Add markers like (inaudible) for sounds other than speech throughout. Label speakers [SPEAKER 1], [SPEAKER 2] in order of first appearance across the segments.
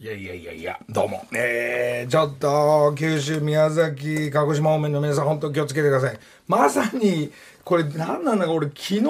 [SPEAKER 1] やいやいやいや、どうも。えー、ちょっと、九州、宮崎、鹿児島方面の皆さん、本当気をつけてください。まさに、これ、なんなんだか、俺、昨日、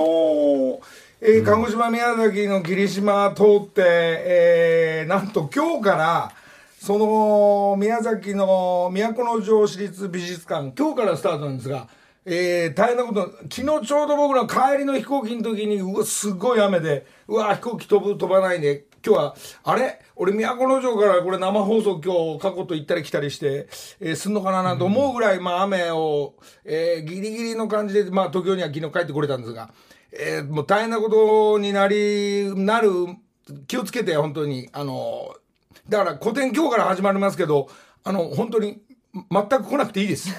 [SPEAKER 1] えー、鹿児島、宮崎の霧島通って、えー、なんと今日から、その、宮崎の都城市立美術館、今日からスタートなんですが、えー、大変なこと、昨日ちょうど僕の帰りの飛行機の時に、うわ、すごい雨で、うわ、飛行機飛ぶ、飛ばないね。今日は、あれ俺、都城からこれ生放送今日、過去と行ったり来たりして、えーすんのかななんて思うぐらい、まあ、雨を、えーギリギリの感じで、まあ、東京には昨日帰ってこれたんですが、えーもう大変なことになり、なる、気をつけて、本当に、あの、だから古典今日から始まりますけど、あの、本当に、全く来なくていい
[SPEAKER 2] (laughs)
[SPEAKER 1] です。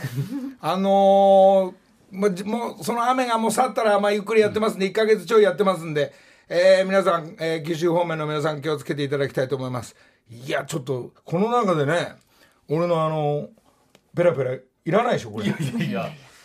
[SPEAKER 1] あのーま、じもう、その雨がもう去ったら、まあ、ゆっくりやってますんで、1ヶ月ちょいやってますんで、えー皆さん、えー九州方面の皆さん気をつけていただきたいと思います。いや、ちょっと、この中でね、俺のあの、ペラペラ、いらないでしょ、これ。
[SPEAKER 2] いや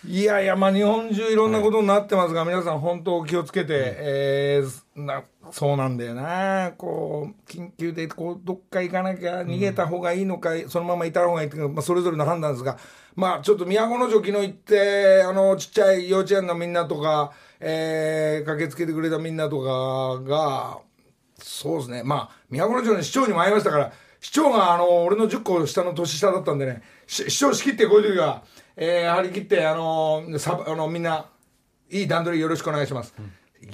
[SPEAKER 1] いやいや、まあ、日本中いろんなことになってますが、皆さん本当お気をつけて、えーな、そうなんだよな。こう、緊急で、こう、どっか行かなきゃ逃げた方がいいのか、そのままいた方がいいっていうか、まあ、それぞれの判断ですが、まあ、ちょっと都の城昨日行って、あの、ちっちゃい幼稚園のみんなとか、えー駆けつけてくれたみんなとかが、そうですね。まあ、都城の市長にも会いましたから、市長が、あの、俺の10個下の年下だったんでね、し市長仕切ってこういう時は、えー張り切って、あの、さあの、みんな、いい段取りよろしくお願いします。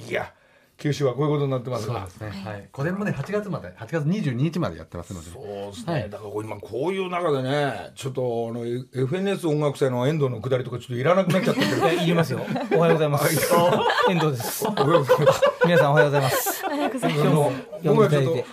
[SPEAKER 1] いや、九州はこういうことになってます
[SPEAKER 2] そう
[SPEAKER 1] が
[SPEAKER 2] で。すね。はい。これもね、8月まで、8月22日までやってますので。
[SPEAKER 1] そうですね、だからこう今こういう中でねちょっとあの FNS 音楽祭の遠藤のくだりとかちょっといらなくなっちゃってるけ
[SPEAKER 2] (laughs)
[SPEAKER 1] ど
[SPEAKER 3] 言いますよ。おはようございます。遠藤です。皆さんおはようございます。
[SPEAKER 1] あの僕はちょっと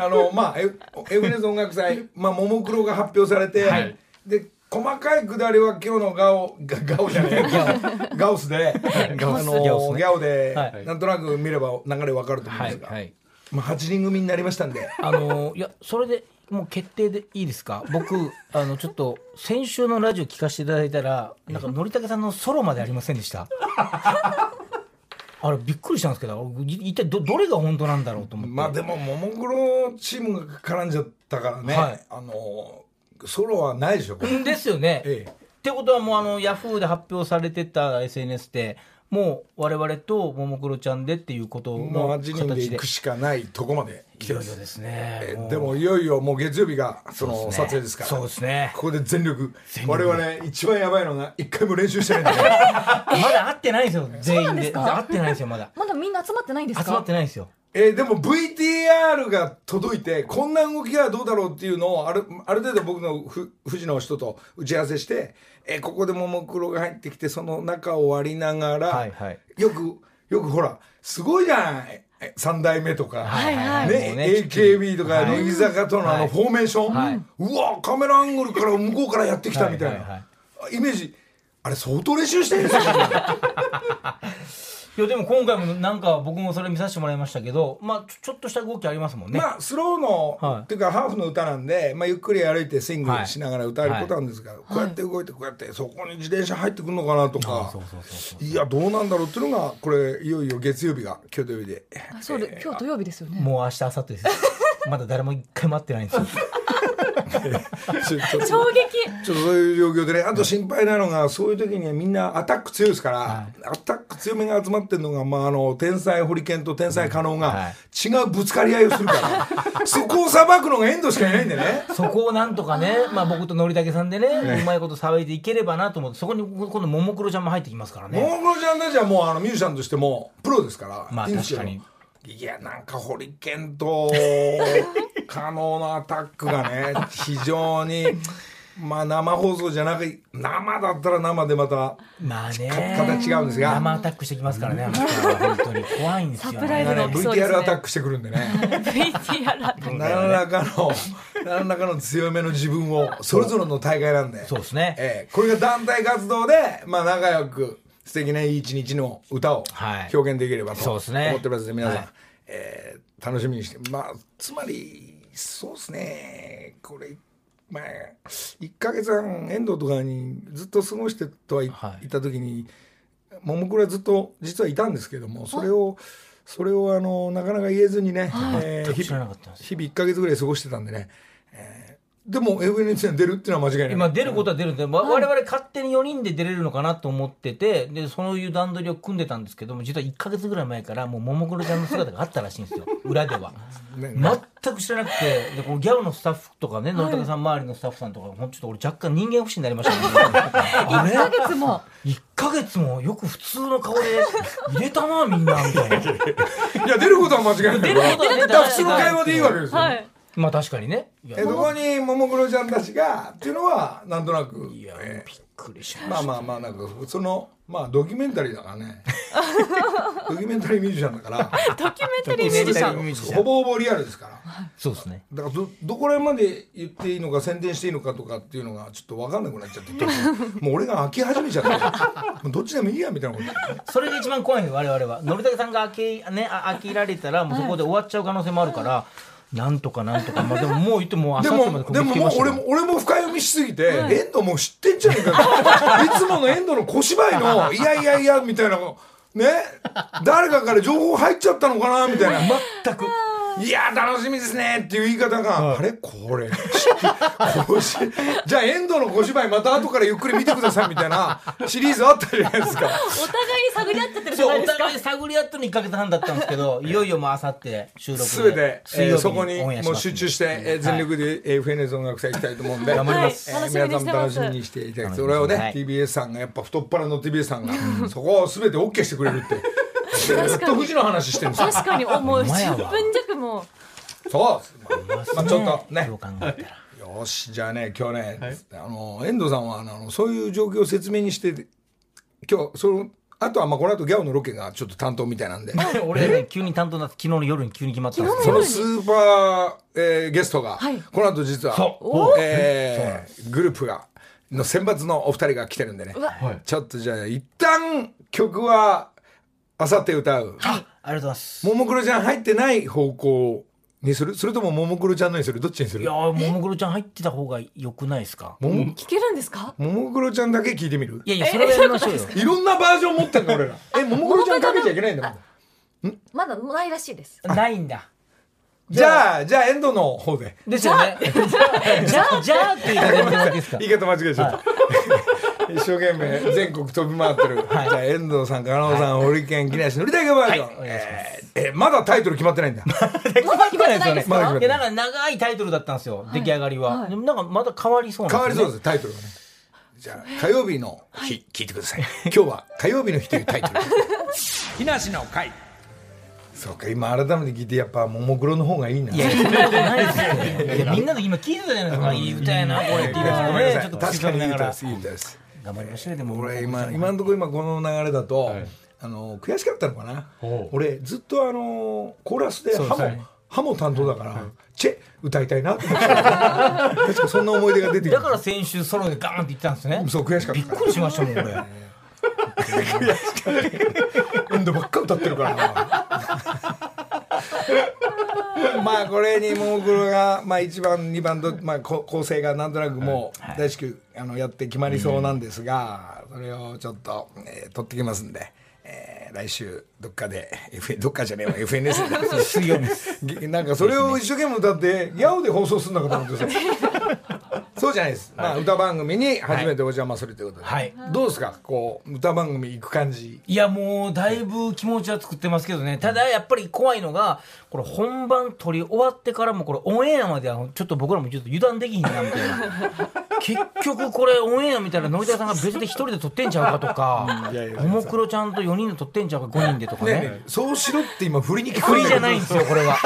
[SPEAKER 1] (laughs) あのまあエフ FNS 音楽祭まあももクロが発表されて、
[SPEAKER 2] はい
[SPEAKER 1] で細かいくだりは今日のガオガガオじゃね
[SPEAKER 3] (laughs)
[SPEAKER 1] えガオスで
[SPEAKER 3] ガオ
[SPEAKER 1] あ
[SPEAKER 3] ス
[SPEAKER 1] の
[SPEAKER 3] ギャオスね
[SPEAKER 1] ギャオで、
[SPEAKER 3] はい
[SPEAKER 1] なんとなく見れば流れわかると思うんですが、
[SPEAKER 3] はい。
[SPEAKER 1] まあ8人組になりましたんで
[SPEAKER 3] あのいやそれでもう決定でいいですか。僕あのちょっと先週のラジオ聞かせていただいたらなんかのりたけさんのソロまでありませんでした。あれびっくりしたんですけど、俺い一体どどれが本当なんだろうと思って。
[SPEAKER 1] まあでもももクロチームが絡んじゃったからね、
[SPEAKER 3] はい
[SPEAKER 1] あのソロはないでしょこれ
[SPEAKER 3] うんですよね。
[SPEAKER 1] ええ
[SPEAKER 3] ってことはもうあのヤフーで発表されてた SNS でもう我々とももクロちゃんでっていうこと
[SPEAKER 1] もう
[SPEAKER 3] の
[SPEAKER 1] 8人で
[SPEAKER 3] 形
[SPEAKER 1] 行
[SPEAKER 3] で
[SPEAKER 1] く。しかないとこまで来
[SPEAKER 3] い
[SPEAKER 1] て
[SPEAKER 3] よ
[SPEAKER 1] ま
[SPEAKER 3] い
[SPEAKER 1] す
[SPEAKER 3] よですね。
[SPEAKER 1] え
[SPEAKER 3] もう
[SPEAKER 1] でもいよいよもう月曜日がその
[SPEAKER 3] ね
[SPEAKER 1] 撮影ですから
[SPEAKER 3] そうですね
[SPEAKER 1] ここで全力
[SPEAKER 3] 全
[SPEAKER 1] 我
[SPEAKER 3] 力
[SPEAKER 1] 々一番やばいのが一回も練習してないんだから
[SPEAKER 3] (laughs) まだ会ってないんですよ、
[SPEAKER 4] そ
[SPEAKER 3] 全員で。
[SPEAKER 4] うなんですか
[SPEAKER 3] 会ってないんですよ、まだ。
[SPEAKER 4] まだみんな集まってないんですか
[SPEAKER 3] 集まってないんですよ。
[SPEAKER 1] えーでも VTR が届いてこんな動きはどうだろうっていうのをあるある程度僕のふ富士の人と打ち合わせして、えーここでももクロが入ってきてその中を割りながら、
[SPEAKER 3] はいはい
[SPEAKER 1] よくよくほらすごいじゃない3代目とか、
[SPEAKER 4] はいはい
[SPEAKER 1] ね
[SPEAKER 3] もうね
[SPEAKER 1] AKB とか
[SPEAKER 3] はい
[SPEAKER 1] 乃木坂とのあ
[SPEAKER 3] は
[SPEAKER 1] の
[SPEAKER 3] い
[SPEAKER 1] フォーメーション、
[SPEAKER 3] はいう
[SPEAKER 1] わカメラアングルから向こうからやってきたみたいな、
[SPEAKER 3] はいはい
[SPEAKER 1] イメージあれ相当練習してるんですよ
[SPEAKER 3] いや、でも今回もなんか僕もそれ見させてもらいましたけど、まあちょちょっとした動きありますもんね。
[SPEAKER 1] まあスローの、
[SPEAKER 3] はい
[SPEAKER 1] っていうかハーフの歌なんで、まあ、ゆっくり歩いてスイングしながら歌えることなんですが、こうやって動いてこうやってそこに自転車入ってくるのかなとかいやどうなんだろうっていうのがこれいよいよ月曜日が今日土曜日 (laughs) で
[SPEAKER 4] あそうで今日土曜日ですよね
[SPEAKER 3] もう明日、明後日です。まだ誰も一回待ってないん
[SPEAKER 1] (laughs)
[SPEAKER 3] ですよ。
[SPEAKER 1] ちょちょっと
[SPEAKER 4] 衝撃 (laughs)
[SPEAKER 1] ちょっとそういう状況でね、あと心配なのが、そういう時にはみんなアタック強いですから、アタック強めが集まってるのが、まあ、あの、天才ホリケンと天才加納が
[SPEAKER 3] は、
[SPEAKER 1] 違うぶつかり合いをするから、そこを裁くのが遠藤しかいないんでね。
[SPEAKER 3] そこをなんとかね、まあ僕とのりたけさんでね、うまいこと騒いでいければなと思って、そこに今度ももクロちゃんも入ってきますからね。
[SPEAKER 1] モンゴルちゃんたちはもう、あの、ミュージシャンとしても、プロですから、
[SPEAKER 3] まあ
[SPEAKER 1] いいんですよ
[SPEAKER 3] 確か
[SPEAKER 1] いや、なんかホリケンと、加納のアタックがね、 (laughs) 非常に、まあ、生放送じゃなく、生だったら生でまた、
[SPEAKER 3] まあね。
[SPEAKER 1] 形違うんですが
[SPEAKER 3] 生アタックしてきますからね、あの人は本当に。怖いんですよね。
[SPEAKER 4] サプライズ
[SPEAKER 1] ね
[SPEAKER 4] が起きそうです
[SPEAKER 1] VTR アタッ
[SPEAKER 4] ね
[SPEAKER 1] クしてくるんでね。
[SPEAKER 4] VTR アタック
[SPEAKER 1] 何らかの、何らかの強めの自分
[SPEAKER 3] (laughs)
[SPEAKER 1] を、それぞれの大会なんで。
[SPEAKER 3] そうですね
[SPEAKER 1] ええこれが団体活動で、まあ仲良く、素敵ないい一日の歌を
[SPEAKER 3] はい
[SPEAKER 1] 表現できればと
[SPEAKER 3] そう
[SPEAKER 1] 思っ
[SPEAKER 3] です
[SPEAKER 1] て
[SPEAKER 3] ね
[SPEAKER 1] ますんで、皆さん、
[SPEAKER 3] はい
[SPEAKER 1] ええ楽しみにして。まあ、つまり、そうですね、これ、まあ、1ヶ月半、遠藤とかにずっと過ごしてとは言
[SPEAKER 3] はい
[SPEAKER 1] いた時に、ももクロはずっと実はいたんですけどもそれをそれをあのなかなか言えずにね、えー
[SPEAKER 3] 全く
[SPEAKER 1] 日
[SPEAKER 3] 知らな
[SPEAKER 1] 々
[SPEAKER 3] かったんです
[SPEAKER 1] 日々1か月ぐらい過ごしてたんでね、えーでも FNS に出るっていうのは間違いな
[SPEAKER 3] 今
[SPEAKER 1] い
[SPEAKER 3] 出ることは出るんで、わ我々勝手に4人で出れるのかなと思っててでそういう段取りを組んでたんですけども実は1か月ぐらい前からもうももクロちゃんの姿があったらしいん
[SPEAKER 1] (laughs)
[SPEAKER 3] ですよ裏では
[SPEAKER 1] ね
[SPEAKER 3] 全く知らなくてでこのギャオのスタッフとかね野高さん周りのスタッフさんとかほんとちょっと俺若干人間不信になりまし
[SPEAKER 1] (laughs)
[SPEAKER 3] たねあれ
[SPEAKER 4] 1ヶ月も
[SPEAKER 3] 1か月もよく普通の顔で入れたなみんなみ
[SPEAKER 1] (laughs)
[SPEAKER 3] たいな出る
[SPEAKER 1] いや出ることは間違いない
[SPEAKER 3] ことはね
[SPEAKER 1] だから普通の会話でいいわけですよ、
[SPEAKER 4] はい
[SPEAKER 3] まあ確かにねいや
[SPEAKER 1] えどこにももクロちゃんたちがっていうのはなんとなく
[SPEAKER 3] いやもう
[SPEAKER 1] え
[SPEAKER 3] びっくりし
[SPEAKER 1] ー
[SPEAKER 3] ま
[SPEAKER 1] まあ
[SPEAKER 3] した
[SPEAKER 1] まあまあなんかそのまあドキュメンタリーだからねドキュメンタリーミュージシャンだから
[SPEAKER 4] ドキュメンタリーミュージシャン
[SPEAKER 1] ほぼほぼリアルですから
[SPEAKER 3] そうですね
[SPEAKER 1] だからどどこら辺まで言っていいのか宣伝していいのかとかっていうのがちょっと分かんなくなっちゃってもう俺が飽き始めちゃってもうどっちでもいいやみたいなこと
[SPEAKER 3] それが一番怖いのよ我々はのりたけさんが飽き,、ね、あ飽きられたらもうそこで終わっちゃう可能性もあるから、なんとかなんとか、まあ、でももう言ってもうあ
[SPEAKER 1] で
[SPEAKER 3] さってまで
[SPEAKER 1] も
[SPEAKER 3] ここ
[SPEAKER 1] で
[SPEAKER 3] 来
[SPEAKER 1] も
[SPEAKER 3] て
[SPEAKER 1] もう
[SPEAKER 3] ました
[SPEAKER 1] 俺
[SPEAKER 3] よ
[SPEAKER 1] も俺も深読みしすぎて、遠藤もう知ってんじゃねえかいつもの遠藤の小芝居
[SPEAKER 3] (laughs)
[SPEAKER 1] のいやいやいやみたいなのね誰かから情報入っちゃったのかなみたいな
[SPEAKER 3] (laughs) 全く
[SPEAKER 1] いや楽しみですねっていう言い方が、あれこれ小芝居じゃあ遠藤の小芝居また後からゆっくり見てくださいみたいなシリーズあったじゃないです
[SPEAKER 4] お
[SPEAKER 1] か。
[SPEAKER 4] 互いに探り合っちゃってるじゃな
[SPEAKER 3] そ
[SPEAKER 4] いう
[SPEAKER 3] お
[SPEAKER 4] ですか
[SPEAKER 3] 互い探り合ったの1か月半だったんですけどいよいよもうあさって収録
[SPEAKER 1] すべて、
[SPEAKER 3] 水
[SPEAKER 1] え
[SPEAKER 3] 曜
[SPEAKER 1] ー
[SPEAKER 3] 日
[SPEAKER 1] そこに
[SPEAKER 3] オンエアし
[SPEAKER 1] もう
[SPEAKER 3] ま
[SPEAKER 1] 集
[SPEAKER 3] すんで
[SPEAKER 1] 中して、えー全力でえー FNS 音楽祭行きたいと思うんで、
[SPEAKER 3] (laughs) 頑張ります
[SPEAKER 1] えー
[SPEAKER 4] はい
[SPEAKER 1] 皆さんも楽
[SPEAKER 4] 楽
[SPEAKER 1] し
[SPEAKER 4] し
[SPEAKER 1] み
[SPEAKER 4] み
[SPEAKER 1] に
[SPEAKER 4] に
[SPEAKER 1] していただきそれを
[SPEAKER 3] は
[SPEAKER 1] ね
[SPEAKER 3] い
[SPEAKER 1] TBS さんがやっぱ太っ腹の TBS さんがそこをすべて OK してくれる
[SPEAKER 3] (laughs)
[SPEAKER 1] ってずーっと富士の話してるんですよ
[SPEAKER 4] 確かにおもう
[SPEAKER 3] お前や
[SPEAKER 4] 10
[SPEAKER 3] わ
[SPEAKER 4] 分弱も
[SPEAKER 1] そうまあまあちょっとね
[SPEAKER 3] そう考えたら
[SPEAKER 1] よしじゃあね今日ね、あの遠藤さんはあのそういう状況を説明にして今日そのあとはまあこの後ギャオのロケがちょっと担当みたいなんで
[SPEAKER 3] 俺ね急に担当になって昨日の夜に急に決まったんですよ
[SPEAKER 1] そのスーパー、えーゲストが、
[SPEAKER 4] はい
[SPEAKER 1] この後実は
[SPEAKER 3] そ、
[SPEAKER 1] えーグループがの選抜のお二人が来てるんでね
[SPEAKER 4] うわ
[SPEAKER 2] はい
[SPEAKER 1] ちょっとじゃあ一旦曲はあさって歌う
[SPEAKER 3] あありがとうございます
[SPEAKER 1] ももクロちゃん入ってない方向にするそれともももクロちゃんのにするどっちにす
[SPEAKER 3] い
[SPEAKER 1] る
[SPEAKER 3] やーももクロちゃん入ってた方が良くないですか
[SPEAKER 1] もも
[SPEAKER 4] 聞けるんですか
[SPEAKER 1] ももクロちゃんだけ聞いてみる
[SPEAKER 3] いやいやそれはやりましょうよ
[SPEAKER 1] いろんなバージョン持ってんの俺らえももクロちゃんかけちゃいけないんだもん
[SPEAKER 4] まだないらしいです
[SPEAKER 3] ないんだ
[SPEAKER 1] じゃあじゃあエンドの方で
[SPEAKER 3] ですよねじゃあじゃあって言ってもらっていいですか
[SPEAKER 1] 言い方間違えちゃった。 (laughs) 一生懸命全国飛び回ってる。じゃあ遠藤さん、加納さん、堀健、木梨、のりたけバージョン。
[SPEAKER 3] はいお願いします
[SPEAKER 1] えーえーまだタイトル決まってないんだ。
[SPEAKER 4] まだ決まってないんです
[SPEAKER 1] まだ決まってないですよねまだ決まっ
[SPEAKER 4] か
[SPEAKER 1] てない
[SPEAKER 3] いやなんか長いタイトルだったんですよ、出来上がりは、
[SPEAKER 4] はい
[SPEAKER 3] でもなんかまだ変わりそうなん
[SPEAKER 1] 変わりそうですす、タイトルがね。じゃあ火曜日の日、聞いてください。今日は火曜日の日というタイト
[SPEAKER 3] (laughs)
[SPEAKER 1] ル。木梨の会。そうか、今改めて聞いて、やっぱももクロの方がいいな。
[SPEAKER 3] いやいやそんなことないですよいやみんなで今聞いてたじゃないですか、いい歌やなこれって言いながらねちょっと
[SPEAKER 1] 確かに
[SPEAKER 3] 聞き
[SPEAKER 1] いい
[SPEAKER 3] なが
[SPEAKER 1] 歌で
[SPEAKER 3] ら
[SPEAKER 1] す、いい歌です。
[SPEAKER 3] 頑張りましょうよでも
[SPEAKER 1] 俺今今のところ今この流れだと、あの悔しかったのかな
[SPEAKER 2] ほう
[SPEAKER 1] 俺ずっとあのコーラスでハ
[SPEAKER 2] そうで
[SPEAKER 1] モ、
[SPEAKER 2] すね
[SPEAKER 1] ハモ担当だから、チェ歌いたいなと思って確かそんな思い出が出てき
[SPEAKER 3] だ
[SPEAKER 1] た
[SPEAKER 3] から先週ソロでガーンって言ったんですね
[SPEAKER 1] そう悔しかった
[SPEAKER 3] びっくりしましたもん俺
[SPEAKER 1] エンドばっか歌ってるからな (laughs) まあこれにももクロが、まあ、1番2番と、まあ、こ構成がなんとなくもう大至急あのやって決まりそうなんですが、それをちょっと、えー取ってきますんで、えー来週どっかで、F、どっかじゃねえわ FNS で
[SPEAKER 3] (laughs) 水曜日です
[SPEAKER 1] ぎなんかそれを一生懸命歌って、ヤオで放送するのかと思ってた
[SPEAKER 3] (laughs)
[SPEAKER 1] そうじゃないです、まあ、歌番組に初めてお邪魔するということで、
[SPEAKER 3] はい
[SPEAKER 1] どうですかこう歌番組行く感じ
[SPEAKER 3] いやもうだいぶ気持ちは作ってますけどねただやっぱり怖いのがこれ本番撮り終わってからもこれオンエアまではちょっと僕らもちょっと油断できひんなみたい
[SPEAKER 1] (laughs)
[SPEAKER 3] な結局これオンエア見たら野田さんが別で一人で撮ってんちゃうかとか
[SPEAKER 1] うんいやいや
[SPEAKER 3] ももクロちゃんと4人で撮ってんちゃうか5人でとか
[SPEAKER 1] ねえ
[SPEAKER 3] ね
[SPEAKER 1] ねえそうしろって今振りに聞こ
[SPEAKER 3] 振
[SPEAKER 1] え
[SPEAKER 3] りじゃ
[SPEAKER 1] な
[SPEAKER 3] ないいんですよこれは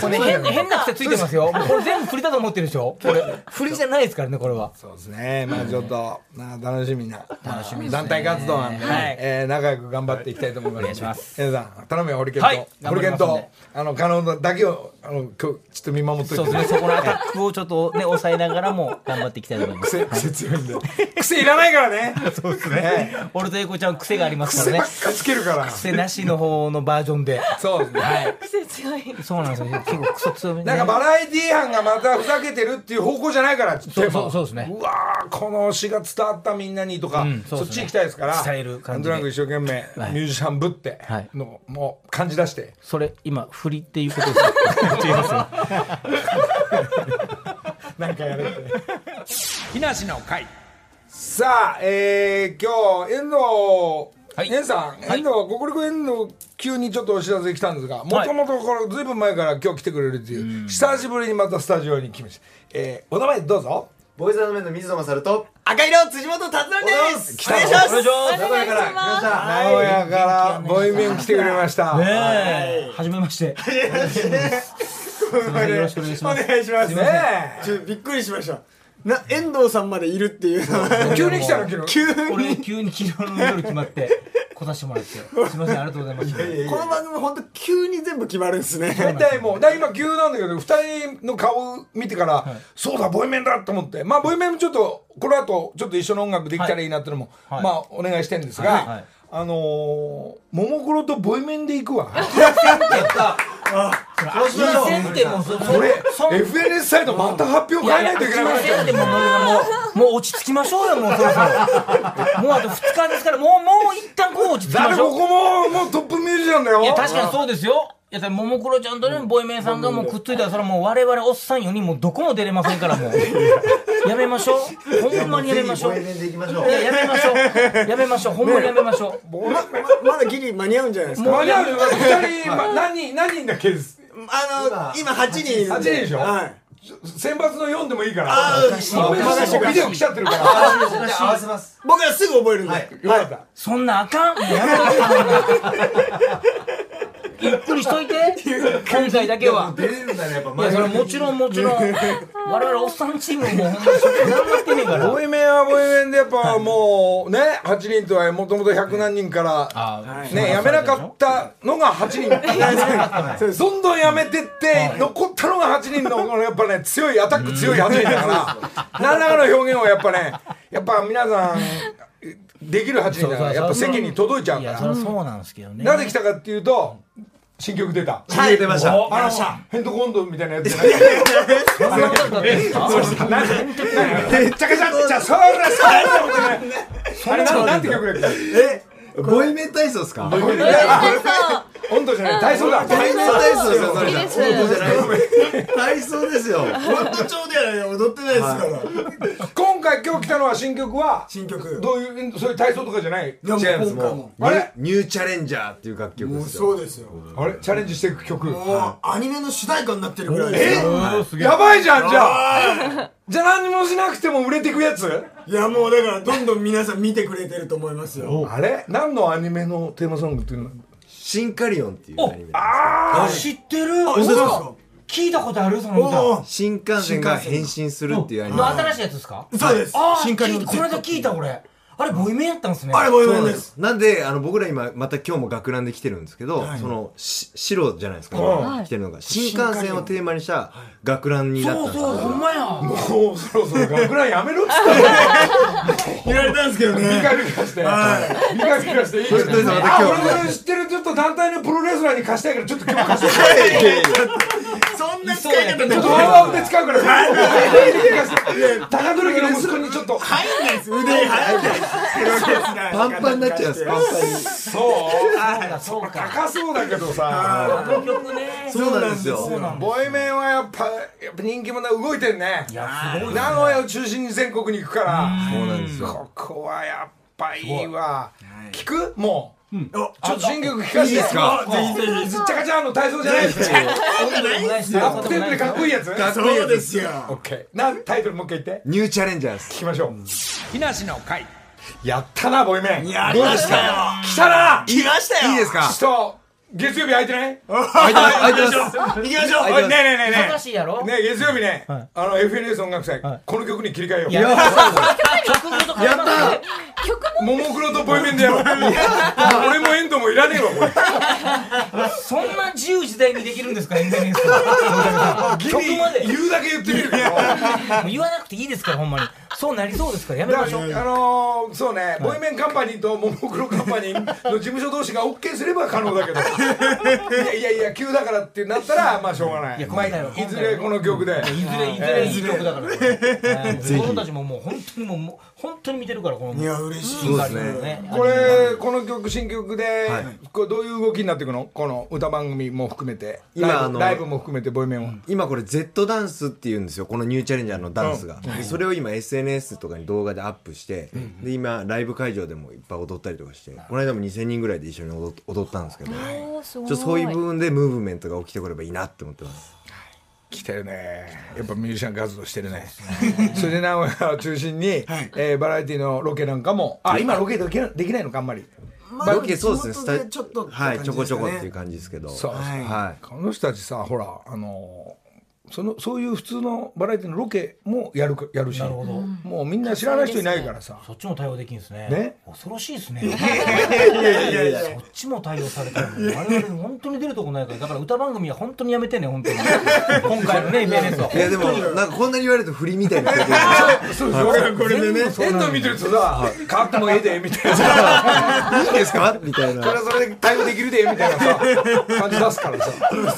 [SPEAKER 3] これ変変な癖ついてますよもうこれ全部振りだと思ってるでしょこれ振りじゃないですからねこれは
[SPEAKER 1] そうですねまあちょっと、なあ楽しみな楽しみ、団体活動なんで、ね
[SPEAKER 3] はい
[SPEAKER 1] えー仲良く頑張っていきたいと思います、
[SPEAKER 3] お願いします
[SPEAKER 1] 皆さん頼むよ堀健
[SPEAKER 3] はい
[SPEAKER 1] と、堀健
[SPEAKER 3] 頑張りますん
[SPEAKER 1] と
[SPEAKER 3] で
[SPEAKER 1] あの可能だけをあの今日ちょっと見守っとい
[SPEAKER 3] そう
[SPEAKER 1] て
[SPEAKER 3] ですねそこのアタックをちょっとね抑えながらも頑張っていきたいと思います
[SPEAKER 1] 癖癖強いんで癖いらないからね
[SPEAKER 3] (laughs) そうです
[SPEAKER 1] ね
[SPEAKER 3] 俺と英子ちゃん癖があります
[SPEAKER 1] 癖
[SPEAKER 3] から
[SPEAKER 1] ば
[SPEAKER 3] ね
[SPEAKER 1] っかつけるから
[SPEAKER 3] (laughs) 癖なしの方のバージョンで
[SPEAKER 1] そうですね
[SPEAKER 3] はい
[SPEAKER 4] 癖強 (laughs) い。
[SPEAKER 3] そうなんですよ結構クソ強めにね
[SPEAKER 1] なんかバラエティ班がまたふざけてるっていう方向じゃないからって
[SPEAKER 3] そうそうそうですね
[SPEAKER 1] うわーこの詩が伝わったみんなにとか、
[SPEAKER 3] うん
[SPEAKER 1] そ
[SPEAKER 3] そ
[SPEAKER 1] う
[SPEAKER 3] です
[SPEAKER 1] っ
[SPEAKER 3] ね
[SPEAKER 1] ち行きたいですから
[SPEAKER 3] 伝える感じで
[SPEAKER 1] なんとなく一生懸命
[SPEAKER 3] はい
[SPEAKER 1] ミュージシャンぶって
[SPEAKER 3] はい
[SPEAKER 1] の、もう感じ出して
[SPEAKER 3] それ今振りっていうことですか違いますよ
[SPEAKER 1] なんかやるって
[SPEAKER 3] (laughs) 木梨の会
[SPEAKER 1] さあ、えー、今日遠藤、
[SPEAKER 3] はい
[SPEAKER 1] 遠さん、
[SPEAKER 3] はい
[SPEAKER 1] 遠藤国立遠藤急にちょっとお知らせ来たんですがもともとこれずいぶん前から今日来てくれるっていう、久しぶりにまたスタジオに来ました、えー、お名前どうぞ
[SPEAKER 5] ボイザーの面の水野勝と
[SPEAKER 6] 赤色辻本達郎ですお願いします
[SPEAKER 5] 名古屋から来ました
[SPEAKER 1] 名古屋からボイメン来てくれました、
[SPEAKER 3] ねえ初めまして
[SPEAKER 5] はい
[SPEAKER 3] よろしくお願いします
[SPEAKER 5] お願いします
[SPEAKER 1] ねえ
[SPEAKER 6] ちょっとびっくりしましたな遠藤さんまでいるっていうの (laughs) は
[SPEAKER 1] 急に来たの昨日
[SPEAKER 6] 急に
[SPEAKER 3] 俺急に昨日の夜決まって来させてもらってすいませんありがとうございます
[SPEAKER 6] この番組本当急に全部決まるんです
[SPEAKER 1] 大
[SPEAKER 6] (laughs) ね
[SPEAKER 1] 体もうだから今急なんだけど2人の顔見てから、そうだボイメンだと思ってまあボイメンもちょっとこの後ちょっと一緒の音楽できたらいいなってのも、
[SPEAKER 3] はい
[SPEAKER 1] まあお願いしてるんですが、
[SPEAKER 3] はいはい
[SPEAKER 1] あのー、ももクロとボイメンで行くわ
[SPEAKER 5] そうしましょう
[SPEAKER 3] 2000点もそ
[SPEAKER 1] これ
[SPEAKER 3] そ
[SPEAKER 1] FNS サイトまた発表変えないといけなくなっちゃう
[SPEAKER 3] でももうもう落ち着きましょうよもうそろそろもうあと2日ですからもうもう一旦こう落ち着きま
[SPEAKER 1] 誰
[SPEAKER 3] し
[SPEAKER 1] こ
[SPEAKER 3] ょう
[SPEAKER 1] こももうトップミュージシャンだよ
[SPEAKER 3] いや確かにそうですよいやももクロちゃんとねボイメンさんがもうくっついたらそれはもう我々おっさん4人もうどこも出れませんからもうやめましょうほんまにやめましょう
[SPEAKER 5] ぜ
[SPEAKER 3] い
[SPEAKER 5] ひボイメンで行きましょう
[SPEAKER 3] ややめましょうやめましょうほんまにやめましょう
[SPEAKER 6] ままだギリ間に合うんじゃないですか
[SPEAKER 1] 間に合うよ2人、ま、何人何人だっけ選
[SPEAKER 6] あの今8人いるん
[SPEAKER 1] 8人でしょ
[SPEAKER 6] はい
[SPEAKER 1] 抜の4でもいいから
[SPEAKER 6] あーおかしい
[SPEAKER 1] もう
[SPEAKER 6] おかしい
[SPEAKER 1] ビデオ来ちゃってるから
[SPEAKER 5] 合わせます
[SPEAKER 6] 僕らすぐ覚えるんで、
[SPEAKER 5] はい
[SPEAKER 1] よかった
[SPEAKER 3] そんなあかんもうやめとけゆっくりしといて今回だけは
[SPEAKER 5] 出れるんだねやっぱ
[SPEAKER 3] いやそれもちろんもちろん我々おっさんチームもほんまに一生懸命頑張ってねえから
[SPEAKER 1] ボイメンはボイメンでやっぱもうね8人とはもともと100何人から
[SPEAKER 3] あー
[SPEAKER 1] ねやめなかったのが8人 (laughs) どんどんやめてって残ったのが8人のこのやっぱね強いアタック強い8人だから何らかの表現をやっぱねやっぱ皆さんできる8人だからやっぱ席に届いちゃう
[SPEAKER 3] い
[SPEAKER 1] か
[SPEAKER 3] やそり
[SPEAKER 1] ら
[SPEAKER 3] ゃそうなんですけどね
[SPEAKER 1] なぜ来たかっていうと新曲出た
[SPEAKER 5] はい出ました
[SPEAKER 1] あのヘンドコンドみたいなやつじゃないめっちゃくちゃじゃあそうなんですあれなんなんて曲だっけ
[SPEAKER 5] えボイメン体操ですかボイメン
[SPEAKER 1] 温度じゃない体操だ
[SPEAKER 5] 体操ですよそれ
[SPEAKER 4] いい
[SPEAKER 5] 体
[SPEAKER 4] です
[SPEAKER 5] 操じゃない体操ですよ
[SPEAKER 6] 本当超でやらない踊ってないですから、
[SPEAKER 1] 今回今日来たのは新曲は
[SPEAKER 6] 新曲
[SPEAKER 1] どういうそういう体操とかじゃない
[SPEAKER 6] いやもう
[SPEAKER 5] 違います
[SPEAKER 6] 今回も
[SPEAKER 5] もう
[SPEAKER 1] あれ
[SPEAKER 5] ニュニューチャレンジャーっていう楽曲
[SPEAKER 6] もう
[SPEAKER 5] です
[SPEAKER 6] そ
[SPEAKER 5] よ
[SPEAKER 6] うですよも
[SPEAKER 1] あれチャレンジしていく曲
[SPEAKER 6] う、アニメの主題歌になってるぐらい
[SPEAKER 1] え
[SPEAKER 6] ですよ
[SPEAKER 1] やばいじゃんじゃあじゃあ何もしなくても売れていくやつ
[SPEAKER 6] いやもうだからどんどん皆さん見てくれてると思いますよ
[SPEAKER 1] あれ何のアニメのテーマソングっていうの
[SPEAKER 5] シンカリオンっていうアニメです
[SPEAKER 1] あ
[SPEAKER 3] 知ってる
[SPEAKER 6] 嘘ですか
[SPEAKER 3] 聞いたことあるその歌
[SPEAKER 6] お
[SPEAKER 5] 新幹線が変身するっていうアニメ
[SPEAKER 3] の新しいやつですか
[SPEAKER 6] そうです
[SPEAKER 3] ああ
[SPEAKER 6] 新刊の
[SPEAKER 3] この間聞いた俺あれボイメンやったんですね
[SPEAKER 6] あれボイ
[SPEAKER 5] そう
[SPEAKER 6] メン
[SPEAKER 5] なん
[SPEAKER 6] で
[SPEAKER 5] ですすなんであの僕ら今また今日も学ランで来てるんですけど、そのし白じゃないですか、
[SPEAKER 1] は
[SPEAKER 5] 来てるのが新幹線をテーマにした学ランになった
[SPEAKER 3] そ
[SPEAKER 5] ん
[SPEAKER 3] う
[SPEAKER 5] です
[SPEAKER 3] そうほんまや
[SPEAKER 1] あもうそろそろ学ランやめろっつったの
[SPEAKER 6] 言われたんですけどね
[SPEAKER 1] ビカビカしてビカビカしていいけど
[SPEAKER 5] とりあえずまた今日
[SPEAKER 1] あ俺それ知ってるちょっと団体のプロレスラーに貸したいからちょっと今日貸して
[SPEAKER 6] そんな使い方
[SPEAKER 1] ち
[SPEAKER 6] で
[SPEAKER 1] ょっとワンワンで使うから高取の息子にちょっと
[SPEAKER 6] 入んないです腕入んないです
[SPEAKER 5] パンパンになっちゃいますパンパンに
[SPEAKER 1] そう
[SPEAKER 3] そうか
[SPEAKER 1] 高そうだけどさ
[SPEAKER 3] あの曲ね
[SPEAKER 5] そうなんですよ
[SPEAKER 3] そうなんだ
[SPEAKER 1] ボイメンはやっぱやっぱ人気者動いてんね
[SPEAKER 3] いやすごい
[SPEAKER 1] 名古屋を中心に全国に行くから
[SPEAKER 5] そうなんですよ
[SPEAKER 1] ここはやっぱいいわ聞くもうちょっと新曲聞
[SPEAKER 5] い
[SPEAKER 1] かせ
[SPEAKER 5] い
[SPEAKER 1] て
[SPEAKER 5] ですか
[SPEAKER 1] ぜひぜひずっちゃかちゃんの体操じゃないですねラップテープでかっこいいやつ
[SPEAKER 5] かっこいい
[SPEAKER 6] そう
[SPEAKER 5] やつ
[SPEAKER 6] ですよ
[SPEAKER 1] オッケーなんタイトルもう一回言って
[SPEAKER 5] ニューチャレンジャーです
[SPEAKER 1] 聞きましょう木梨の会やったなボイメン
[SPEAKER 6] やりましたよ
[SPEAKER 1] 来たな
[SPEAKER 6] 来ましたよ
[SPEAKER 5] いいですか
[SPEAKER 1] ちょっと月曜日空いてないね
[SPEAKER 5] 開い
[SPEAKER 1] (laughs)
[SPEAKER 5] てます開いてます
[SPEAKER 6] 行きましょう
[SPEAKER 1] えねえねえね
[SPEAKER 3] 難しいやろ
[SPEAKER 1] えねえ月曜日ねあの FNS 音楽祭
[SPEAKER 3] はい
[SPEAKER 1] この曲に切り替えよ
[SPEAKER 3] いや
[SPEAKER 1] う
[SPEAKER 3] 曲ごと変えますよね
[SPEAKER 4] 曲
[SPEAKER 1] ももクロとボイメンでやろう俺もエンドもいらねえわこれ
[SPEAKER 3] そんな自由自在にできるんですかエンディング曲まで
[SPEAKER 1] 言うだけ言ってみるけど
[SPEAKER 3] もう言わなくていいですからほんまにそうなりそうですからやめ
[SPEAKER 1] だから
[SPEAKER 3] ましょう
[SPEAKER 1] あのーそうね、ボイメンカンパニーとももクロカンパニーの事務所同士が OK すれば可能だけどいやいやいや急だからってなったらまあしょうがない
[SPEAKER 3] いや
[SPEAKER 1] まあ
[SPEAKER 3] 今回は今回はい
[SPEAKER 1] ずれこの曲で
[SPEAKER 3] いずれいずれいい曲だからはい子供たちももう本当にもうもう本当に見てるからこの
[SPEAKER 6] いや嬉しい
[SPEAKER 5] そう
[SPEAKER 3] ガー
[SPEAKER 5] です
[SPEAKER 3] リーの
[SPEAKER 5] ね。
[SPEAKER 3] ね
[SPEAKER 1] これこの曲新曲で、これどういう動きになっていくのこの歌番組も含めて
[SPEAKER 5] 今
[SPEAKER 1] ライブ
[SPEAKER 5] あの
[SPEAKER 1] ライブも含めてボイメンは、
[SPEAKER 5] 今これ Z ダンスっていうんですよこのニューチャレンジャーのダンスが、でそれを今 SNS とかに動画でアップして、で今ライブ会場でもいっぱい踊ったりとかしてこの間も2000人ぐらいで一緒に踊っ踊ったんですけど、
[SPEAKER 4] おーすご
[SPEAKER 5] ちょっとそういう部分でムーブメントが起きてくればいいなって思ってます
[SPEAKER 1] 来てるねやっぱミュージシャン活動してるねそれで名古屋を中心に、えーバラエティのロケなんかもあ今ロケできなできないのかあんまり
[SPEAKER 6] まあ
[SPEAKER 5] ロケそうですねス
[SPEAKER 6] 地元
[SPEAKER 5] タ
[SPEAKER 6] でちょっとって
[SPEAKER 5] はいち
[SPEAKER 6] 感じ
[SPEAKER 5] ょこ
[SPEAKER 6] ですかね
[SPEAKER 5] ちょこっていう感じですけど
[SPEAKER 1] そう
[SPEAKER 5] はい、
[SPEAKER 1] この人たちさほらあのーそのそういう普通のバラエティのロケもやるかやるし
[SPEAKER 3] なるほど
[SPEAKER 1] もうみんな知らない人いないからさ、
[SPEAKER 3] そっちも対応できるんですね
[SPEAKER 1] ね
[SPEAKER 3] 恐ろしいですねそっちも対応されたらもう我々本当に出るとこないからだから歌番組は本当にやめてね本当に今回のねイベントはい
[SPEAKER 5] やでも
[SPEAKER 6] (laughs)
[SPEAKER 5] なんかこんなに言われると振りみたいになってくる
[SPEAKER 1] そうそう俺がこれでね遠藤見てるとさ「変わってもええで」みたいなさ
[SPEAKER 5] いいんですかみたいな
[SPEAKER 1] 「それはそれで対応できるで」みたいなさ感じ出すからさ
[SPEAKER 5] あれって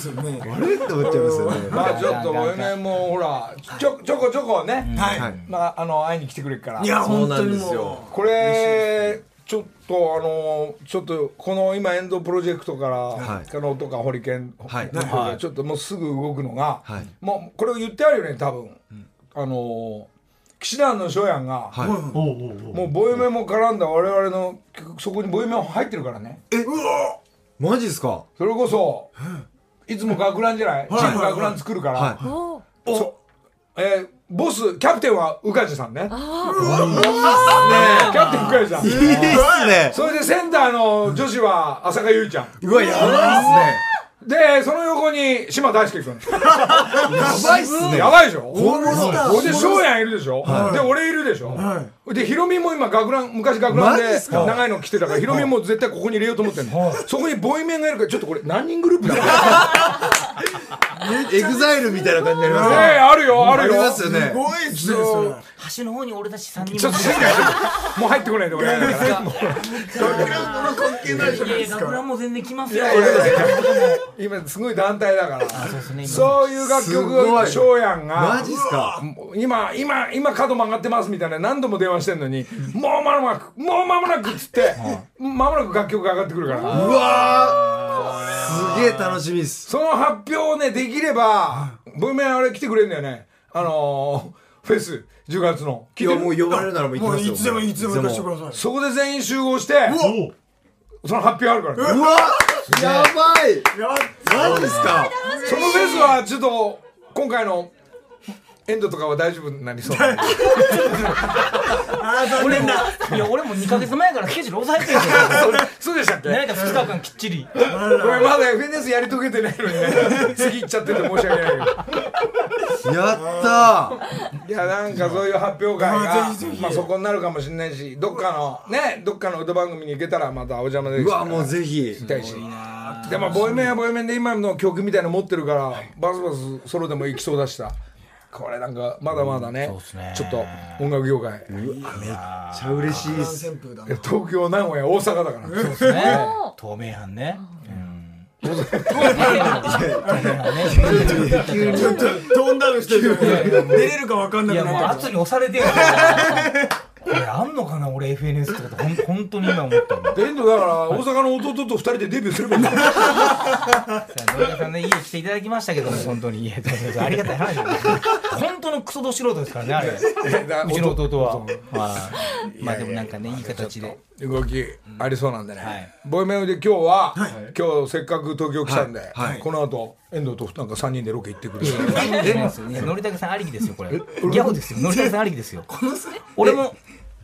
[SPEAKER 5] (laughs) 思っちゃいますよね
[SPEAKER 1] まあちょっと俺ねもうほらちょちょこちょこね、
[SPEAKER 6] はい、
[SPEAKER 5] はい
[SPEAKER 6] い、
[SPEAKER 1] まあ、あの会いに来てくれるから
[SPEAKER 6] や
[SPEAKER 5] そう
[SPEAKER 6] 本
[SPEAKER 5] な
[SPEAKER 6] 当
[SPEAKER 5] ん
[SPEAKER 6] に
[SPEAKER 5] ですよ
[SPEAKER 6] も
[SPEAKER 1] これちょっとあのちょっとこの今エンドプロジェクトから、
[SPEAKER 5] はい
[SPEAKER 1] 可能とかホリケン、
[SPEAKER 5] はい
[SPEAKER 1] の方がちょっともうすぐ動くのが、
[SPEAKER 5] はい
[SPEAKER 1] もうこれを言ってあるよね多分、あの岸田の翔やんが、
[SPEAKER 5] はい
[SPEAKER 1] もうボイメも絡んだ我々の曲そこにボイメも入ってるからね
[SPEAKER 5] マジですか
[SPEAKER 1] それこそいつも学ランじゃないチーム学ラン作るから、
[SPEAKER 5] はい
[SPEAKER 4] おおー
[SPEAKER 1] そえーボスキャプテンは宇梶さんねキャプテン宇梶さん
[SPEAKER 5] いいっすね
[SPEAKER 1] それでセンターの女子は浅香唯ちゃん
[SPEAKER 5] うわやば
[SPEAKER 1] でその横に島大輔君
[SPEAKER 5] いっすねやばいっすね
[SPEAKER 1] やばいでしょ
[SPEAKER 5] 大物だ
[SPEAKER 1] ほんで翔やんいるでしょ、で俺いるでしょ、でヒロミも今学ラン昔学ランで
[SPEAKER 5] マジっすか
[SPEAKER 1] 長いの着てたからヒロミも絶対ここに入れようと思ってんの、そこにボイメンがいるからちょっとこれ何人グループだろうね
[SPEAKER 5] エグザイルみたいな感じになります
[SPEAKER 1] え
[SPEAKER 5] ね
[SPEAKER 1] あるよあ
[SPEAKER 5] あ
[SPEAKER 1] る
[SPEAKER 5] り
[SPEAKER 1] よ
[SPEAKER 5] ますよ
[SPEAKER 6] う
[SPEAKER 5] ね
[SPEAKER 6] すごいっすねそれ
[SPEAKER 3] 端の方に俺たち三人
[SPEAKER 1] ちょっと静かにしてもう入ってこないで俺やるから
[SPEAKER 6] 関係ないじゃない
[SPEAKER 3] いや
[SPEAKER 6] です
[SPEAKER 3] 学
[SPEAKER 6] か
[SPEAKER 3] ランも全然来ますよ
[SPEAKER 1] いやいや今すごい団体だから
[SPEAKER 3] そうですね今
[SPEAKER 1] そういう楽曲
[SPEAKER 5] すご
[SPEAKER 1] を
[SPEAKER 5] い
[SPEAKER 1] 翔やんが
[SPEAKER 5] マジっすか
[SPEAKER 1] 今今今角曲がってますみたいな何度も電話してんのにもう間もなくもう間もなくっつって間もなく楽曲が上がってくるから
[SPEAKER 5] うわーすげえ楽しみっす
[SPEAKER 1] その発表をねできれば文明あれ来てくれるんだよねあのーフェス10月の
[SPEAKER 5] いやもう呼ばれるならもう行き
[SPEAKER 6] も
[SPEAKER 5] ま
[SPEAKER 6] う
[SPEAKER 5] すよ
[SPEAKER 6] いつでもいつでも行かせてください
[SPEAKER 1] そこで全員集合してその発表あるからね
[SPEAKER 5] うわやばい
[SPEAKER 6] やっ
[SPEAKER 5] マジっすか
[SPEAKER 1] そのフェスはちょっと今回のエンドとかは大丈夫になりそうなんで
[SPEAKER 6] あー残念だ
[SPEAKER 3] いや俺も2か月前からスケジュール押さえてるんです
[SPEAKER 1] そ
[SPEAKER 3] よ
[SPEAKER 1] うでしたっけ
[SPEAKER 3] 何か2日間きっちり
[SPEAKER 1] これまだ FNS やり遂げてないのにね次行っちゃってて申し訳ない
[SPEAKER 5] やった
[SPEAKER 1] けどいやなんかそういう発表会
[SPEAKER 6] あ
[SPEAKER 1] が
[SPEAKER 6] ーぜひぜひ
[SPEAKER 1] まあそこになるかもしれないしどっかのねどっかの歌番組に行けたらまたお邪魔で
[SPEAKER 5] ー
[SPEAKER 1] き
[SPEAKER 5] うわもうぜひ
[SPEAKER 1] たいしでもボイメンはボイメンで今の曲みたいなの持ってるからバスバスソロでも行きそうだしさこれなんかまだまだね
[SPEAKER 3] そうっすね
[SPEAKER 1] ちょっと音楽業界
[SPEAKER 5] めっちゃ嬉しいっ
[SPEAKER 6] 三
[SPEAKER 5] す
[SPEAKER 6] 旋風だな
[SPEAKER 1] 東京名古屋大阪だから
[SPEAKER 3] ね透明版ね
[SPEAKER 5] 急に
[SPEAKER 6] ちょっと飛んだのしてる (laughs) 出れるかわかんないく
[SPEAKER 3] や
[SPEAKER 6] な
[SPEAKER 3] もう
[SPEAKER 6] った
[SPEAKER 3] 圧に押されてるからこれあんのかな俺 FNS ってことほん本当に今思ったの
[SPEAKER 1] で遠藤だから大阪の弟と二人でデビューすればいいんだよ
[SPEAKER 3] さあ野中さんねいい来ていただきましたけども本当にいやどうぞどうぞありがたい話です本当のクソど素人ですからねあれうちの弟ははいまあでもなんかねいい形で
[SPEAKER 1] 動きありそうなんでね、
[SPEAKER 3] はい
[SPEAKER 1] ボイメンで今日は、今日せっかく東京来たんで、
[SPEAKER 5] はいはい
[SPEAKER 1] この後遠藤となんか3人でロケ行ってくれる
[SPEAKER 3] いやのりたけさんありきですよこれギャグですよのりたけさんありきですよ俺も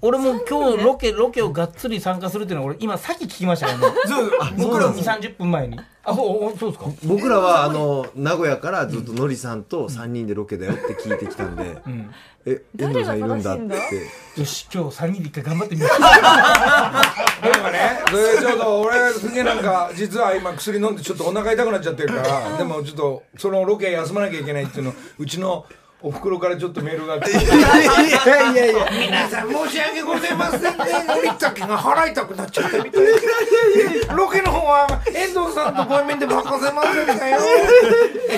[SPEAKER 3] 俺も今日ロケロケをがっつり参加するっていうのは俺今さっき聞きましたからね
[SPEAKER 6] そう
[SPEAKER 3] 僕ら2 3 0分前にあそうおそうですか
[SPEAKER 5] 僕らはあの名古屋からずっとのりさんと3人でロケだよって聞いてきたんでえ遠藤さんいるんだって
[SPEAKER 4] 誰が正し
[SPEAKER 3] よし今日3人で一回頑張ってみよ
[SPEAKER 1] でもねそれでちょっと俺すげえなんか実は今薬飲んでちょっとお腹痛くなっちゃってるからでもちょっとそのロケ休まなきゃいけないっていうのうちのお袋からちょっとメールが
[SPEAKER 6] (laughs)
[SPEAKER 1] 来て
[SPEAKER 6] いやいや
[SPEAKER 1] 皆さん申し訳ございませんね森崎が払いたくなっちゃってみたいなロケの方は遠藤さんとご面で任せませんかよ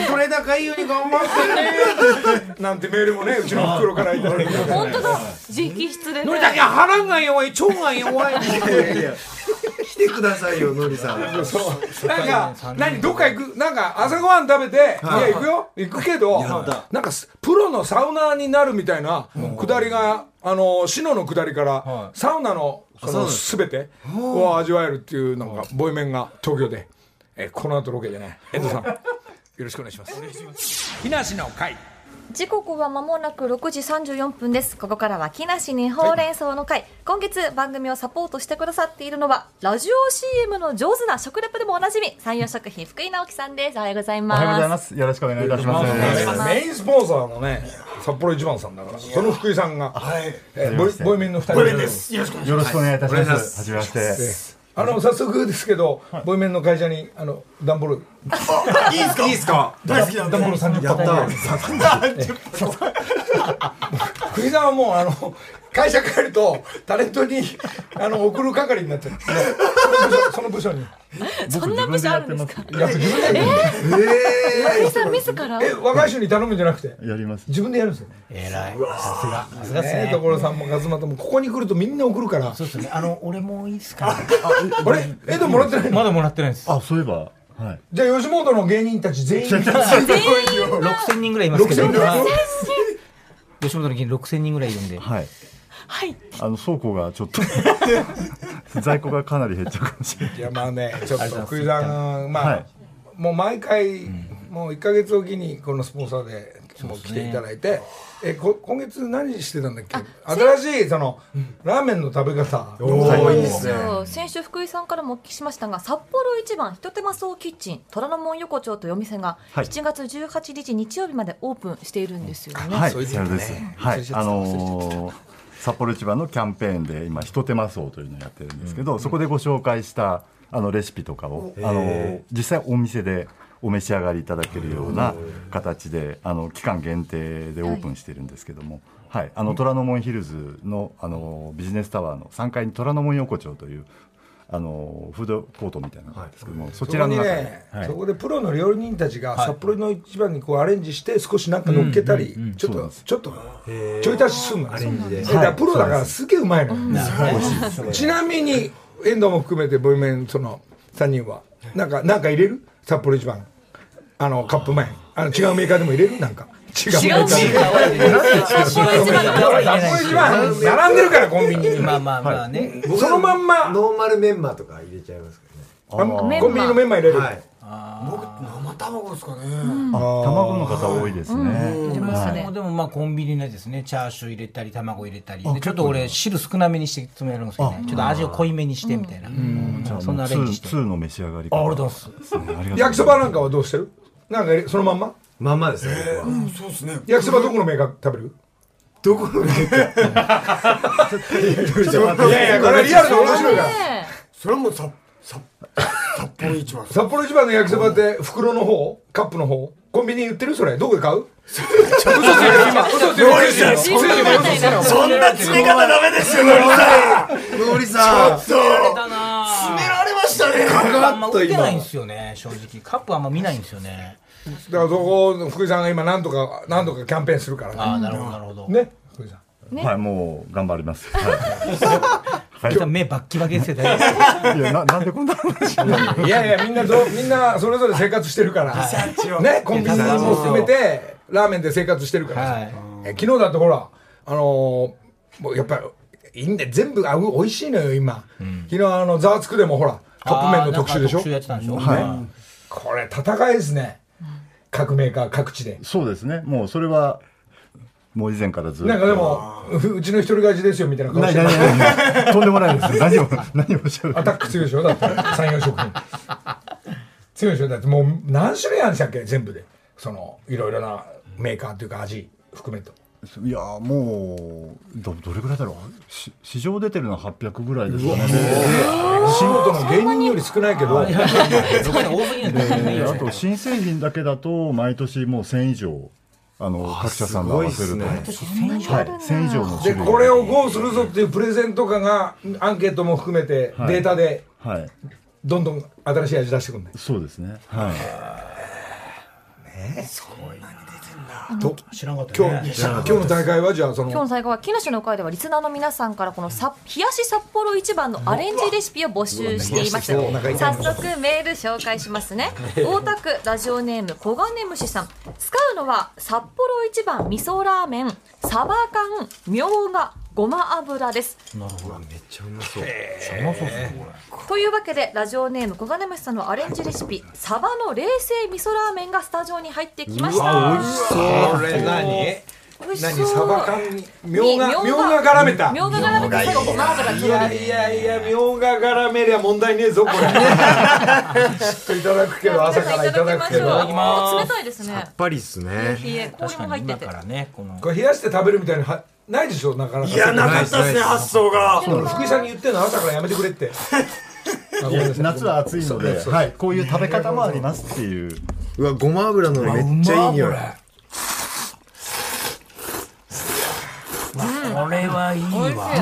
[SPEAKER 1] どれ高いように頑張ってねなんてメールもねうちの袋からいただいて
[SPEAKER 4] 本 (laughs) 当だ直筆でね
[SPEAKER 1] のりたけ腹が弱い腸が弱い
[SPEAKER 5] 来てくださいよのりさ (laughs) ん
[SPEAKER 1] そうなんか何どっか行くなんか朝ごはん食べていや行くよ行くけどなんかすプロのサウナーになるみたいなくだりがあの篠のくだりからサウナのその全てを味わえるっていうなんかボイメンが東京でえこの後ロケでね遠藤さんよろしくお願いします木梨の会
[SPEAKER 4] 時刻は間もなく6時34分ですここからは木梨にほうれん草の会、今月番組をサポートしてくださっているのはラジオ CM の上手な食レポでもおなじみ山陽食品福井直樹さんですおはようござい
[SPEAKER 2] お
[SPEAKER 4] ま
[SPEAKER 2] は
[SPEAKER 4] す
[SPEAKER 2] ようございます。よろしくお願いいたします。
[SPEAKER 1] メインスポンサーのね札幌一番さんだからその福井さんがえボイボイメンの2人
[SPEAKER 6] すよろしくお願いし
[SPEAKER 2] よろしくお願いいたします。はじめまして。
[SPEAKER 1] あの早速ですけど、ボイメンの会社にあの段ボール
[SPEAKER 6] ますいいですかいいですか大好きなん
[SPEAKER 1] 段ボール
[SPEAKER 6] で
[SPEAKER 1] 三十箱。やった。福井さんはもうあの会社帰るとタレントにあの送る係になっちゃって、その部署に。
[SPEAKER 4] そんな部署あるんですか
[SPEAKER 1] いや自分でやる
[SPEAKER 4] 福井さん自ら
[SPEAKER 1] え若い人に頼むんじゃなくて。
[SPEAKER 2] やります。
[SPEAKER 1] 自分でやるんですよ、ね。
[SPEAKER 3] えらいさすがさすがっす
[SPEAKER 1] ね
[SPEAKER 3] ね
[SPEAKER 1] 所さんも勝俣もここに来るとみんな送るから。
[SPEAKER 3] そうですねあの俺もいいですか
[SPEAKER 1] あれえでももらってないの。
[SPEAKER 3] まだもらってないです
[SPEAKER 2] あ、そういえば。はい。
[SPEAKER 1] じゃあ吉本の芸人たち全員。
[SPEAKER 3] 6000人ぐらいいますけど
[SPEAKER 1] 6000人
[SPEAKER 3] 今吉本の議員6000人ぐらいいるんで
[SPEAKER 2] はい。
[SPEAKER 4] はい
[SPEAKER 2] あの倉庫がちょっと在庫がかなり減っちゃうかもしれない。
[SPEAKER 1] いやまあねちょっと福井さんまあ、
[SPEAKER 2] はい
[SPEAKER 1] もう毎回、もう1か月おきにこのスポンサーでもう来ていただいて、えこ今月何してたんだっけ新しいその、ラーメンの食べ方
[SPEAKER 5] おーいいっすね
[SPEAKER 4] そう先週福井さんからもお聞きしましたが札幌一番ひと手間そうキッチン虎ノ門横丁というお店が
[SPEAKER 2] はい
[SPEAKER 4] 7月18日日曜日までオープンしているんですよね、
[SPEAKER 2] はい、
[SPEAKER 1] そういうこ
[SPEAKER 2] そ
[SPEAKER 1] と
[SPEAKER 2] れ
[SPEAKER 1] ね
[SPEAKER 2] です。はい、あのー札幌市場のキャンペーンで今ひと手間荘というのをやってるんですけど、そこでご紹介したあのレシピとかをあのー実際お店でお召し上がりいただけるような形であの期間限定でオープンしてるんですけども。はい、あの虎ノ門ヒルズのあのービジネスタワーの3階に虎ノ門横丁というあのーフードコートみたいなのがあるんですけども、そ
[SPEAKER 1] そ
[SPEAKER 2] ち
[SPEAKER 1] こ
[SPEAKER 2] ら
[SPEAKER 1] に
[SPEAKER 2] の中に、
[SPEAKER 1] ね、
[SPEAKER 2] はい
[SPEAKER 1] そこでプロの料理人たちが札幌の一番にこうアレンジして少しなんか乗っけたり、ちょっ
[SPEAKER 2] そうなん
[SPEAKER 1] と
[SPEAKER 2] です
[SPEAKER 1] ちょっとちょい足しすんのアレンジでだからプロだからすげえうまいのよ、ちなみに遠藤も含めてボイメンその3人はなんかなんか入れる札幌一番あのカップ麺あの違うメーカーでも入れるなんか違うメーカーで
[SPEAKER 4] 札幌一番の
[SPEAKER 1] ほら札幌一番並んでるからコンビニに
[SPEAKER 3] まあまあまあね
[SPEAKER 1] そのまんま
[SPEAKER 5] ノーマルメンマとか入れちゃいますけ
[SPEAKER 1] あコンビニのメンマ入れ
[SPEAKER 5] ど
[SPEAKER 1] る、
[SPEAKER 5] ねはい
[SPEAKER 6] 僕生卵ですかね
[SPEAKER 2] あ卵の方多いですね。
[SPEAKER 4] ますね
[SPEAKER 3] でもまあコンビニのやつですねチャーシュー入れたり卵入れたりでちょっと俺汁少なめにして詰めるんですけどねちょっと味を濃いめにしてみたいな
[SPEAKER 2] じゃあ
[SPEAKER 3] そんな
[SPEAKER 2] もう
[SPEAKER 3] ア
[SPEAKER 2] ツ
[SPEAKER 3] レンジし
[SPEAKER 2] ー
[SPEAKER 3] て
[SPEAKER 2] ツーの召し上がり
[SPEAKER 3] あ
[SPEAKER 2] 方。
[SPEAKER 3] 俺どうす
[SPEAKER 2] ですねありがとうございます
[SPEAKER 1] 焼きそばなんかはどうしてるなんか入れそのまんま
[SPEAKER 5] まんまですね僕は
[SPEAKER 6] そうですね
[SPEAKER 1] 焼きそばどこのメーカー食べる
[SPEAKER 5] どこのメン
[SPEAKER 1] いやいやこれリアルで面白いから
[SPEAKER 4] ね
[SPEAKER 6] それはもうささ札幌一番
[SPEAKER 1] 札幌一番の焼きそばって袋の方カップの方コンビニ売ってるそれどこで買う嘘ついてる今嘘ついてる嘘ついてる嘘ついてる
[SPEAKER 6] そんな詰め方ダメですよのりさん
[SPEAKER 5] マのりさん
[SPEAKER 3] だな
[SPEAKER 6] 詰められました (laughs) ね
[SPEAKER 3] あんま売ってないんですよね正直カップあんま見ないんですよね
[SPEAKER 1] だからそこ福井さんが今何とか何とかキャンペーンするから
[SPEAKER 3] ああなるほどなるほど
[SPEAKER 1] ねね福井さん
[SPEAKER 2] はい、もう頑張ります。は
[SPEAKER 3] そしたら目バッキバキですよ大丈夫
[SPEAKER 2] い、いや、な、なんでこんな話。
[SPEAKER 1] (laughs) いやいやみんなどみんなそれぞれ生活してるからねコンビニも含めてラーメンで生活してるからさ、
[SPEAKER 3] はい
[SPEAKER 1] え昨日だってほらあのーもうやっぱりいいんだよ全部あう美味しいのよ今、昨日あの「ザワつく」でもほらカップ麺の特集でし
[SPEAKER 3] あ
[SPEAKER 1] ょ
[SPEAKER 3] ーなんか特集やってたんでしょ
[SPEAKER 2] は
[SPEAKER 1] これ戦いですね各メーカー各地で
[SPEAKER 2] そうですね。もうそれは。もう以前からずっと。
[SPEAKER 1] なんかで。もううちの一人勝ちですよみたいな顔
[SPEAKER 2] な
[SPEAKER 1] し
[SPEAKER 2] い
[SPEAKER 1] て
[SPEAKER 2] ないないない。とんでもないです。 (laughs) 何を、何をおっしゃる。
[SPEAKER 1] アタック強いでしょだって産業食品強いでしょだってもう何種類あるんでしたっけ全部でそのいろいろなメーカーというか味含めと
[SPEAKER 2] いや、もう、ど、どれぐらいだろう。し市場出てるのは800ぐらいですかね。
[SPEAKER 1] 仕事の芸人より少ないけど
[SPEAKER 3] そこに大ぶりなんて
[SPEAKER 2] であと新製品だけだと毎年もう1000以上あの各社さんが合わせ
[SPEAKER 5] す
[SPEAKER 2] ると、
[SPEAKER 5] ごいっすね
[SPEAKER 3] 1000以上
[SPEAKER 2] はい、1000以上の
[SPEAKER 1] で
[SPEAKER 2] 種類
[SPEAKER 1] これを GO するぞっていうプレゼントかがアンケートも含めて
[SPEAKER 2] はい
[SPEAKER 1] データで
[SPEAKER 2] はい、
[SPEAKER 1] どんどん新しい味出してくんね
[SPEAKER 2] そうですね、はい、
[SPEAKER 3] 知らなかった
[SPEAKER 1] 今
[SPEAKER 3] ね
[SPEAKER 1] 日今日の大会はじゃあそ
[SPEAKER 4] 今日の
[SPEAKER 1] の
[SPEAKER 4] 最後は木梨の会ではリスナーの皆さんからこのさ冷やし札幌一番のアレンジレシピを募集しています早速メール紹介しますね大田区ラジオネーム小金虫さん使うのは札幌一番味噌ラーメンサバ缶みょうがごま油です
[SPEAKER 5] めっちゃうまそう
[SPEAKER 4] というわけでラジオネーム小金虫さんのアレンジレシピサバの冷製味噌ラーメンがスタジオに入ってきました
[SPEAKER 5] そ
[SPEAKER 1] こ
[SPEAKER 5] う
[SPEAKER 1] れ何
[SPEAKER 4] 美味し
[SPEAKER 1] 何
[SPEAKER 4] そ
[SPEAKER 1] サ
[SPEAKER 4] う
[SPEAKER 1] バ缶にみょうが
[SPEAKER 4] に
[SPEAKER 1] みょうが絡めた
[SPEAKER 4] みょうが絡めて最後ごま油が
[SPEAKER 1] い
[SPEAKER 4] 加わ
[SPEAKER 1] や
[SPEAKER 4] る
[SPEAKER 1] いやいやみょうが絡めりゃ問題ねえぞこれちょっといただくけど朝からいただくけ
[SPEAKER 4] いただ
[SPEAKER 1] ど
[SPEAKER 4] き
[SPEAKER 3] ま
[SPEAKER 4] ましょう冷たいですね
[SPEAKER 5] やっぱりっすね
[SPEAKER 4] いいえ氷
[SPEAKER 3] 確
[SPEAKER 4] も
[SPEAKER 3] か
[SPEAKER 4] 入
[SPEAKER 3] に
[SPEAKER 4] って
[SPEAKER 3] 今
[SPEAKER 4] て
[SPEAKER 3] からねこの
[SPEAKER 1] これ冷やして食べるみたいにはないでしょなかなかいや
[SPEAKER 6] なかったですね発想が
[SPEAKER 1] 福井さんに言ってんの朝からやめてくれってあごめんなさい
[SPEAKER 2] 夏は暑いので、はい、こういう食べ方もありますっていう、
[SPEAKER 5] うわごま油のめっちゃいい匂い
[SPEAKER 3] これはいい
[SPEAKER 4] 美味しい札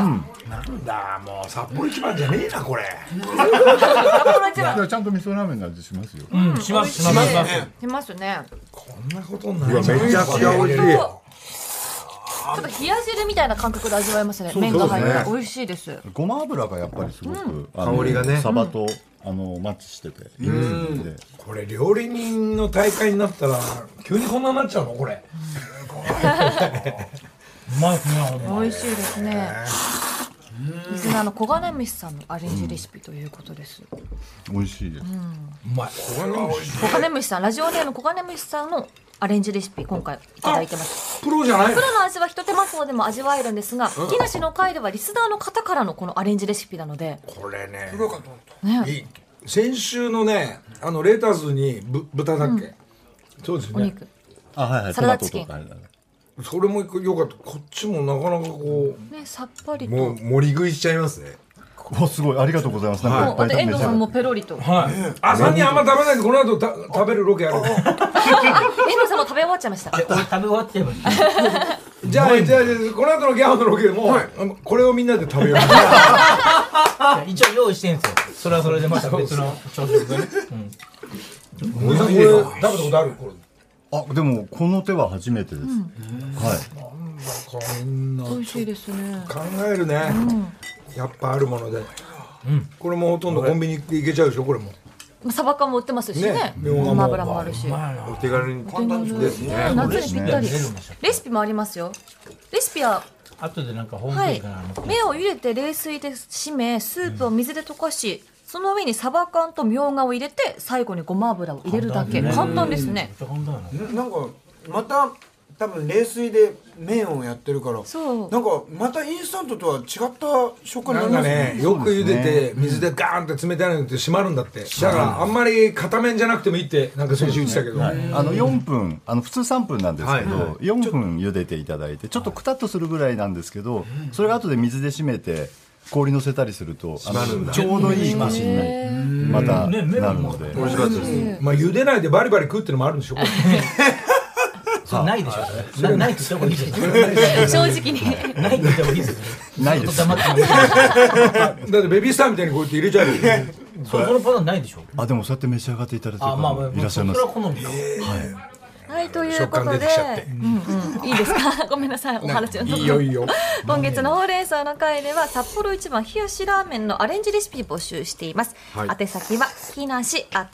[SPEAKER 1] なんだもう札幌一番じゃねえなこれ
[SPEAKER 4] 幌一番
[SPEAKER 2] ちゃんと味噌ラーメンの味しますよ、
[SPEAKER 3] うんしますしますします
[SPEAKER 4] 出ますね
[SPEAKER 1] こんなことになるめ
[SPEAKER 5] めちゃくちゃ美味しい
[SPEAKER 4] ちょっと冷や汁みたいな感覚で味わえますね麺が入って美味しいです
[SPEAKER 2] ごま油がやっぱりすごく、あの
[SPEAKER 5] 香りがね
[SPEAKER 2] サバとあのマッチしてて、いいですので
[SPEAKER 1] これ料理人の大会になったら急にこんなになっちゃうのこれ
[SPEAKER 3] うまいですねほんま
[SPEAKER 4] 美味しいですねリスナーの小金虫さんのアレンジレシピということです
[SPEAKER 2] 美味しいです。
[SPEAKER 1] うまいこれが美味しい
[SPEAKER 4] 小金虫さんラジオネーム小金虫さんのアレンジレシピ今回いただいてます
[SPEAKER 1] プロじゃない
[SPEAKER 4] プロの味は一手間そうでも味わえるんですが木梨の会ではリスナーの方からのこのアレンジレシピなので
[SPEAKER 1] これね
[SPEAKER 4] ね
[SPEAKER 1] いい先週のねあのレタスにぶ豚だっけ、そうです
[SPEAKER 4] お
[SPEAKER 1] ね
[SPEAKER 4] 肉
[SPEAKER 2] あ、はいはい、
[SPEAKER 4] サラダチキン
[SPEAKER 2] トマトとか
[SPEAKER 1] それもよかったこっちもなかなかこう
[SPEAKER 4] ねさっぱりと
[SPEAKER 5] もう盛り食いしちゃいますね
[SPEAKER 2] おすごいありがとうございます。なん
[SPEAKER 4] もう
[SPEAKER 2] かいっぱい
[SPEAKER 4] で
[SPEAKER 2] 食
[SPEAKER 4] 遠
[SPEAKER 2] べて
[SPEAKER 4] 藤さんもペロリと
[SPEAKER 1] 朝にあんま食べないでこの後た食べるロケやる
[SPEAKER 4] 遠藤さんも食べ終わっちゃいました。
[SPEAKER 3] これ食べ終わっちゃいました
[SPEAKER 1] じゃあじゃあじゃあこの後のギャオのロケでも、あのこれをみんなで食べよう
[SPEAKER 3] いや一応用意してんですよそれはそれでまた別の朝食がねうん
[SPEAKER 1] おじさんこれ食べたことあるこれ
[SPEAKER 2] あ、でもこの手は初めてです。はい。
[SPEAKER 1] こんな
[SPEAKER 4] 美味しいですね。
[SPEAKER 1] 考えるね、やっぱあるもので、これもほとんどコンビニでいけちゃうでしょこれも
[SPEAKER 4] サバ缶も売ってますしね
[SPEAKER 1] ね。
[SPEAKER 4] ごま油もあるし。
[SPEAKER 5] お手軽に簡単ですね
[SPEAKER 4] ね夏にぴったり
[SPEAKER 3] 出るんでしょ。
[SPEAKER 4] レシピもありますよ。レシピは、
[SPEAKER 3] 後でなんかホーム
[SPEAKER 4] は
[SPEAKER 3] ページ
[SPEAKER 4] い
[SPEAKER 3] から載っ。て
[SPEAKER 4] 麺を茹でて冷水で締め、スープを水で溶かし、その上にサバ缶とみょうがを入れて、最後にごま油を入れるだけ。
[SPEAKER 3] 簡単ね
[SPEAKER 4] 簡単ですね。
[SPEAKER 3] るんだよな
[SPEAKER 6] なんかまた多分冷水で麺をやってるから
[SPEAKER 4] そう
[SPEAKER 6] なんかまたインスタントとは違った食感に
[SPEAKER 1] なんか
[SPEAKER 6] なります
[SPEAKER 1] ねよく茹でて水でガーンって冷たいのにって締まるんだってだからあんまり片面じゃなくてもいいってなんか先週言ってたけど、
[SPEAKER 2] はい、あの4分あの普通3分なんですけど、4分茹でていただいてちょっとくたっとするぐらいなんですけどそれが後で水で締めて氷のせたりするとあのちょうどいいコシにまた
[SPEAKER 3] ねね
[SPEAKER 2] なるので、
[SPEAKER 5] 美味しかったです
[SPEAKER 1] まあ茹でないでバリバリ食うってのもあるんでしょこれ
[SPEAKER 3] それないでしょそれなないって言った方がいいですよ
[SPEAKER 4] 正直に。
[SPEAKER 3] ないって言った方がいいですよ
[SPEAKER 2] ないです
[SPEAKER 3] 黙ってます
[SPEAKER 1] だってベビースターみたいにこうやって入れちゃうよ
[SPEAKER 3] そそのパターンないでしょ
[SPEAKER 2] あでもそうやって召し上がっていただいてる
[SPEAKER 3] あ
[SPEAKER 2] 方
[SPEAKER 3] まあまあ
[SPEAKER 2] もいらっしゃいます
[SPEAKER 3] それは好みだ
[SPEAKER 4] (laughs) はい、という
[SPEAKER 1] 食
[SPEAKER 4] こ
[SPEAKER 1] 感
[SPEAKER 4] と
[SPEAKER 1] 出
[SPEAKER 4] で
[SPEAKER 1] てきちゃって、
[SPEAKER 4] うんうん、いいですか (laughs) ごめんなさい、お話を。
[SPEAKER 1] いいよいいよ
[SPEAKER 4] (laughs) 今月のほうれん草の会では札幌一番冷やしラーメンのアレンジレシピ募集しています、宛先はひなし at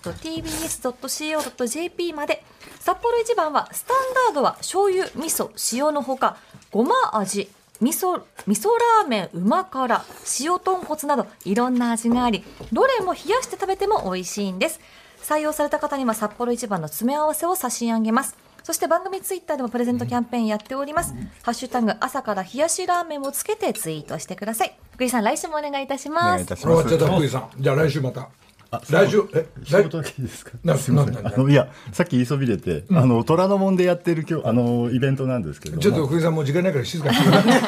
[SPEAKER 4] tbs.co.jp まで札幌一番はスタンダードは醤油味噌塩のほかごま味味噌味噌ラーメンうま辛塩豚骨などいろんな味がありどれも冷やして食べても美味しいんです採用された方には札幌一番の詰め合わせを差し上げますそして番組ツイッターでもプレゼントキャンペーンやっております。ハッシュタグ朝から冷やしラーメンをつけてツイートしてください。福井さん来週もお願いいたし
[SPEAKER 2] お
[SPEAKER 4] ま
[SPEAKER 2] 願い
[SPEAKER 4] す
[SPEAKER 2] い。たし
[SPEAKER 1] 終わ
[SPEAKER 2] ま
[SPEAKER 1] っ
[SPEAKER 2] す
[SPEAKER 1] ちゃった福井さんじゃあ来週また来週え
[SPEAKER 2] 一
[SPEAKER 1] 来
[SPEAKER 2] 言だけいいですか
[SPEAKER 1] な
[SPEAKER 2] すいませ
[SPEAKER 1] なんん
[SPEAKER 2] あ
[SPEAKER 1] なん
[SPEAKER 2] のいやさっき言いそびれて、あの虎ノ門でやってる今日あのイベントなんですけども
[SPEAKER 1] ちょっと福井さんもう時間ないから静かにしてください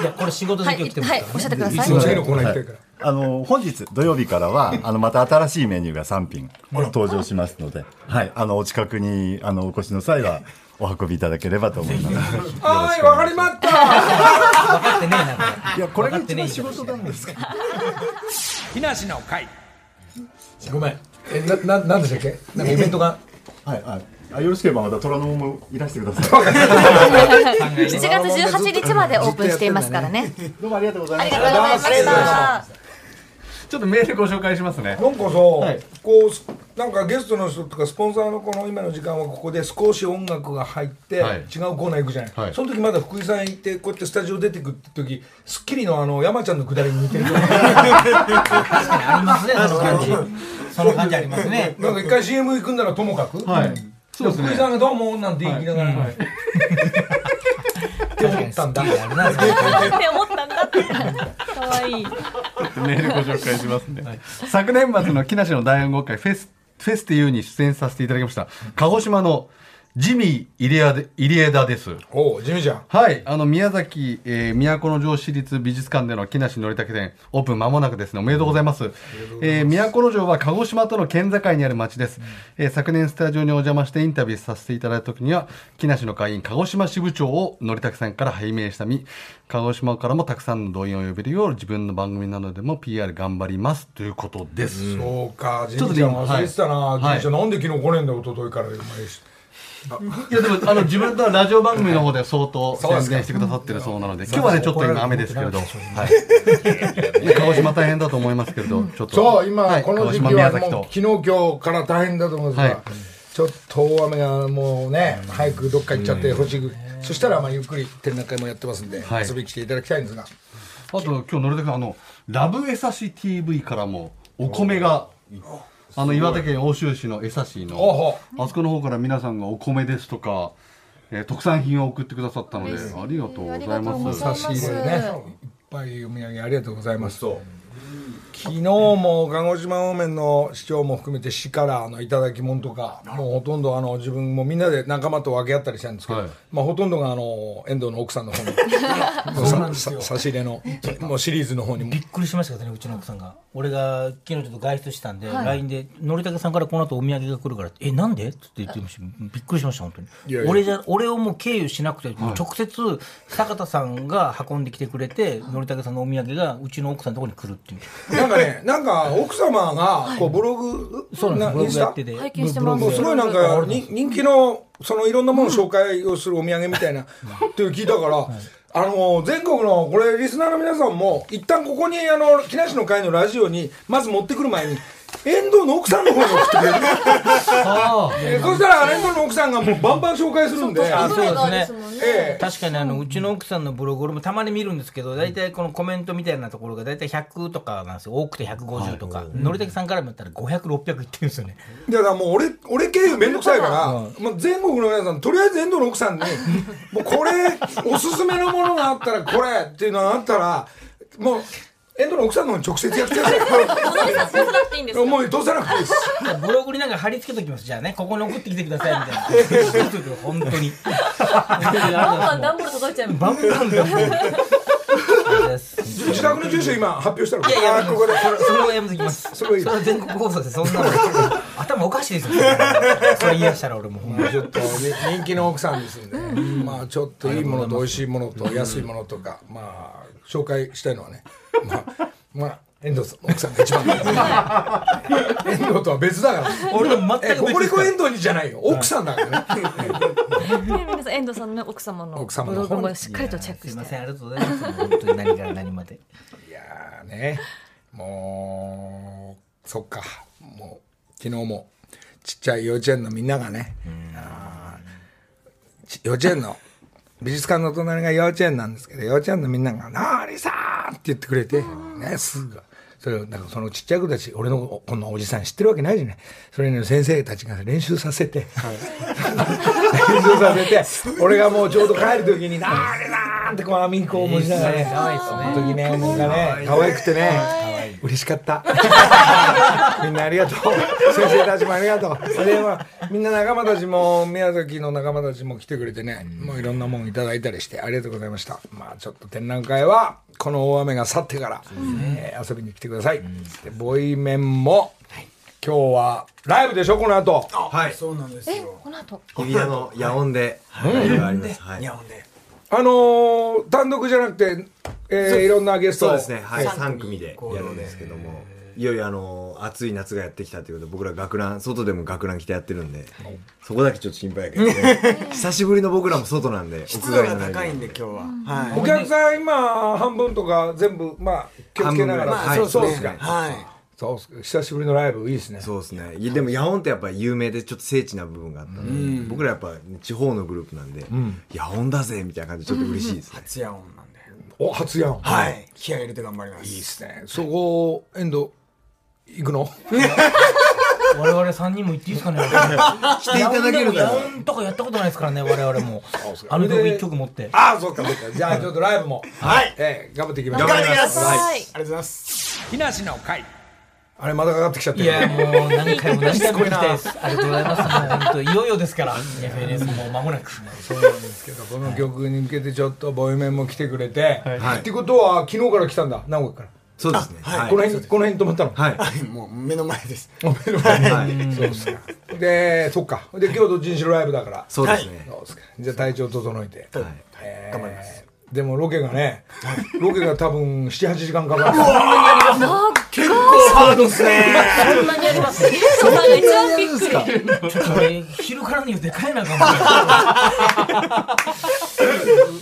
[SPEAKER 3] いやこれ仕事
[SPEAKER 4] は
[SPEAKER 3] で
[SPEAKER 4] い、
[SPEAKER 3] 今日来てます
[SPEAKER 4] は
[SPEAKER 3] か
[SPEAKER 4] い
[SPEAKER 3] ら、
[SPEAKER 4] おっしゃってくだ
[SPEAKER 1] い
[SPEAKER 4] さい。
[SPEAKER 1] つも次のコーナー行きたいから、
[SPEAKER 2] あの本日土曜日からはあのまた新しいメニューが3品登場しますので、はい、あのお近くにあのお越しの際はお運びいただければと思います。
[SPEAKER 1] はいわかりました
[SPEAKER 3] 分かってねえなこれ
[SPEAKER 2] いやこれが
[SPEAKER 3] 分かって
[SPEAKER 2] 一
[SPEAKER 3] ねえ
[SPEAKER 2] 番仕事なんですか。
[SPEAKER 1] (laughs) 木梨の会
[SPEAKER 7] ごめんえなななんでしたっけなんかイベントが
[SPEAKER 2] はいはい。あよろしければまた虎ノ門もいらしてください。
[SPEAKER 4] 7月18日までオープンしていますからね。
[SPEAKER 2] どうもありがとうござ
[SPEAKER 4] あ
[SPEAKER 2] いま
[SPEAKER 4] り
[SPEAKER 2] す。
[SPEAKER 4] がとうございました。
[SPEAKER 7] ちょっとメールご紹介しますね
[SPEAKER 1] (laughs) なんかさ、こうなんかゲストの人とかスポンサーのこの今の時間はここで少し音楽が入って、
[SPEAKER 7] はい
[SPEAKER 1] 違うコーナー行くじゃない、
[SPEAKER 7] はい
[SPEAKER 1] その時まだ福井さん行ってこうやってスタジオ出てくって時『スッキリ』のあの山ちゃんのくだりに似てる
[SPEAKER 3] ありますねその感じその感じありますね
[SPEAKER 1] なんか一回 CM 行くんならともかく、
[SPEAKER 7] はいそうです
[SPEAKER 1] 福井
[SPEAKER 7] ね
[SPEAKER 1] さんが「どうも」なんて言いながら、
[SPEAKER 3] 確かにスッキリあるなそれ
[SPEAKER 4] って思ったんだって。可愛いい。
[SPEAKER 7] メールご紹介しますね、昨年末の木梨の第4号会フェスフェスティユーに出演させていただきました鹿児島のジミー入江で入江田です
[SPEAKER 1] おうジミーちゃん
[SPEAKER 7] はい、あの宮崎、えー、都城市立美術館での木梨憲武展、オープン間もなくですね、おめでとうございます。えー都城は鹿児島との県境にある町です、えー昨年、スタジオにお邪魔してインタビューさせていただいたときには、木梨の会員、鹿児島支部長を憲武さんから拝命したみ、鹿児島からもたくさんの動員を呼べるよう、自分の番組などでも PR 頑張りますということです。
[SPEAKER 1] そうか、ジ
[SPEAKER 7] ちょっ
[SPEAKER 1] ミー
[SPEAKER 7] とで
[SPEAKER 1] ちゃん
[SPEAKER 7] 今
[SPEAKER 1] 忘れてたな、
[SPEAKER 7] はい
[SPEAKER 1] ジミーちゃん、なんで昨日来ねえんだよ、一昨日からお前
[SPEAKER 7] いやでもあの自分のラジオ番組の方では相当
[SPEAKER 1] そうですか
[SPEAKER 7] 宣伝してくださってるそうなので今日はねちょっと今雨ですけれど、はい、いや鹿児島大変だと思いますけれどちょっと
[SPEAKER 1] そう、今、
[SPEAKER 7] はい
[SPEAKER 1] この時期
[SPEAKER 7] 鹿児島宮
[SPEAKER 1] は
[SPEAKER 7] 崎
[SPEAKER 1] もう
[SPEAKER 7] と
[SPEAKER 1] 昨日、今日から大変だと思うんですが、
[SPEAKER 7] はい
[SPEAKER 1] ちょっと大雨がもうね、早くどっか行っちゃってほしい、そしたらまあゆっくり展覧会もやってますんで、
[SPEAKER 7] はい
[SPEAKER 1] 遊びに来ていただきたいんですが、
[SPEAKER 7] あと今日のりたくんあのラブエサシ TV からもお米があの岩手県奥州市の江差市
[SPEAKER 1] おう
[SPEAKER 7] の
[SPEAKER 1] ほ
[SPEAKER 7] あそこの方から皆さんがお米ですとか、えー特産品を送ってくださったのでありがとうござ
[SPEAKER 4] ありが
[SPEAKER 1] 差
[SPEAKER 7] います
[SPEAKER 4] とうございます
[SPEAKER 1] し入れでね、いっぱいお土産ありがとうございます。昨日も鹿児島方面の市長も含めて市からあのいただき物とかもうほとんどあの自分もみんなで仲間と分け合ったりしたんですけど、
[SPEAKER 7] はい
[SPEAKER 1] まあ、ほとんどがあの遠藤の奥さんの方 (laughs) にささ差し入れのもうシリーズの方にも
[SPEAKER 3] びっくりしましたけどねうちの奥さんが俺が昨日ちょっと外出してたんで LINE で「のりたけさんからこの後お土産が来るから」えなんで?」って言ってましたびっくりしました本当に
[SPEAKER 1] いやいや
[SPEAKER 3] 俺じゃ俺をもう経由しなくて、もう直接坂田さんが運んできてくれてのりたけさんのお土産がうちの奥さんのところに来るっていう
[SPEAKER 1] なんかね、なんか奥様がこうブログ、
[SPEAKER 3] そうな
[SPEAKER 1] イ
[SPEAKER 3] んですブロ
[SPEAKER 1] ン
[SPEAKER 3] グ
[SPEAKER 1] ス
[SPEAKER 3] や
[SPEAKER 1] タ
[SPEAKER 3] ってて
[SPEAKER 4] 拝見してます
[SPEAKER 1] もうすごいなんかに人気のそのいろんなものを紹介をするお土産みたいなっていう聞いたから、あの全国のこれリスナーの皆さんも一旦ここにあの木梨の会のラジオにまず持ってくる前に。遠藤の奥さんの方に送ってくれる (laughs) えそしたら遠藤の奥さんがもうバンバン紹介するんで
[SPEAKER 3] あそう
[SPEAKER 4] そう
[SPEAKER 3] で
[SPEAKER 4] ですす
[SPEAKER 3] ね
[SPEAKER 4] もんね
[SPEAKER 1] ええ
[SPEAKER 3] 確かにあのうちの奥さんのブログ俺もたまに見るんですけど大体このコメントみたいなところが大体100とかなんですよ多くて150とか、のりたけさんからもやったら500600いってるんですよね
[SPEAKER 1] いやだからもう俺俺経由めんどくさいから、もう全国の皆さんとりあえず遠藤の奥さん (laughs) にもうこれおすすめのものがあったらこれっていうのがあったらもう遠藤の奥さんの方に直接やってくださ
[SPEAKER 4] お姉さん通さなくていいんです
[SPEAKER 1] い
[SPEAKER 4] か。
[SPEAKER 1] もう通さなくていいです
[SPEAKER 3] ブログになんか貼り付けときます。じゃあね、ここに送ってきてくださいみたいな。 (laughs) 本当に。
[SPEAKER 4] バ (laughs) ンバ
[SPEAKER 3] バ
[SPEAKER 4] ン段ボール届いちゃいます。
[SPEAKER 3] バンバンだ。い
[SPEAKER 1] 自宅の住所今発表したの
[SPEAKER 3] やいや、
[SPEAKER 1] あーここでこれ
[SPEAKER 3] それをやめときます。
[SPEAKER 1] それはいい
[SPEAKER 3] それは全国放送でそんなの。頭おかしいですよ。それ言い出したら俺もうほんまに。
[SPEAKER 1] ちょっとね人気の奥さんですんで、まあちょっといいものと美味しいものと安いものとか、まあ紹介したいのは (laughs) ね、まあ、まあ、遠藤さんの奥さんが一番 (laughs) 遠藤とは別だから
[SPEAKER 3] 俺も
[SPEAKER 1] え
[SPEAKER 3] 全く
[SPEAKER 1] ココリ
[SPEAKER 3] 別
[SPEAKER 1] コ
[SPEAKER 3] です
[SPEAKER 1] 遠藤にじゃないよ奥さんだから
[SPEAKER 3] (laughs)
[SPEAKER 1] ね
[SPEAKER 4] ね皆さん遠藤さんの奥様の
[SPEAKER 1] 奥様の
[SPEAKER 4] ブログもしっかりとチェック
[SPEAKER 3] すい
[SPEAKER 4] し
[SPEAKER 3] ま
[SPEAKER 4] て。
[SPEAKER 3] せん、ありがとうございます。本当に何から何まで。
[SPEAKER 1] いやーねもうそっかもう昨日もちっちゃい幼稚園のみんながねあーち幼稚園の美術館の隣が幼稚園なんですけど幼稚園のみんなが「なーりさん!」って言ってくれてねすぐそれをなんかそのちっちゃい子たち俺のおこんなおじさん知ってるわけないじゃないそれに先生たちが練習させて、練習させて俺がもうちょうど帰る (laughs) 時に「なーりさん!」ってこう網にこう持ちながらね
[SPEAKER 3] かわいいですね
[SPEAKER 1] その時ね、みんなね、可愛くてね、嬉しか (laughs) った。みんなありがとう。先生たちもありがとう。それで、まあ、みんな仲間たちも、宮崎の仲間たちも来てくれてね、もういろんなもんいただいたりして、ありがとうございました。まあ、ちょっと展覧会は、この大雨が去ってから、えー遊びに来てください。でボイメンも、今日はライブでしょこの後
[SPEAKER 5] はい
[SPEAKER 6] そうなんです
[SPEAKER 4] え
[SPEAKER 6] よ
[SPEAKER 4] この後
[SPEAKER 5] 日比谷の野音でライブがありますはい
[SPEAKER 6] 日本で
[SPEAKER 1] あのー単独じゃなくて、えーいろんなゲスト
[SPEAKER 5] そ
[SPEAKER 1] を
[SPEAKER 5] うですねはい
[SPEAKER 6] 三
[SPEAKER 5] 3組
[SPEAKER 6] 組
[SPEAKER 5] でやるんですけどもいよいよあの暑い夏がやってきたということで僕ら学ラン外でも学ラン着てやってるんでそこだけちょっと心配やけどね久しぶりの僕らも外なんで
[SPEAKER 6] 湿度
[SPEAKER 5] 屋の
[SPEAKER 6] が
[SPEAKER 5] ライブ
[SPEAKER 6] 高いんで今日はは
[SPEAKER 1] お客さん今半分とか全部まあ気をつけながら、
[SPEAKER 5] 半分ぐら
[SPEAKER 1] そうそう
[SPEAKER 5] いはい
[SPEAKER 6] い
[SPEAKER 1] ですか、
[SPEAKER 6] はい
[SPEAKER 1] そうっす久しぶりのライブいいですね
[SPEAKER 5] そうですねいやでも野音ってやっぱ有名でちょっと聖地な部分があったんで僕らやっぱ地方のグループなんで野音だぜみたいな感じでちょっと嬉しいですね
[SPEAKER 6] ツヤ音なんで
[SPEAKER 1] お初やん
[SPEAKER 6] はい気合い入れて頑張ります
[SPEAKER 1] いいですねそこ遠藤行くの
[SPEAKER 3] 我々三人も行っていいですか (laughs) ね。
[SPEAKER 5] 来ていただけるな
[SPEAKER 3] ヤ
[SPEAKER 5] ら
[SPEAKER 3] ウンとかやったことないですからね、我々も。あの曲一曲持って。
[SPEAKER 1] ああそうかそう (laughs) かじゃあちょっとライブもはい、えー頑張っていきましょう
[SPEAKER 5] 頑張ります
[SPEAKER 4] はい
[SPEAKER 6] ありがとうございます
[SPEAKER 1] 木梨の会あれまだかかってきちゃって
[SPEAKER 3] い
[SPEAKER 1] る
[SPEAKER 3] や、もう何回も何回も行きたいです。ありがとうございます。もう本当、いよいよですから。FNS もう間もなく。
[SPEAKER 1] そうなんですけどこの曲に向けてちょっとボイメンも来てくれて、ってことは昨日から来たんだ名古屋から、
[SPEAKER 5] そうですねはい
[SPEAKER 1] この辺この辺に泊まったの
[SPEAKER 5] はい
[SPEAKER 6] はいもう目の前です
[SPEAKER 1] おめでとうございます
[SPEAKER 5] はい
[SPEAKER 1] そうっすかでそっかで今日どっちにしろライブだから
[SPEAKER 5] そうですね
[SPEAKER 1] そうっすかじゃあ体調整えて、
[SPEAKER 6] はい
[SPEAKER 1] えー
[SPEAKER 6] 頑張ります
[SPEAKER 1] でもロケがねロケが多分78時間かかる
[SPEAKER 6] ハードですね
[SPEAKER 4] そんなにありますね。そんなに一番びっくり。
[SPEAKER 3] ちょっとこれ、昼からにでかいな、かも。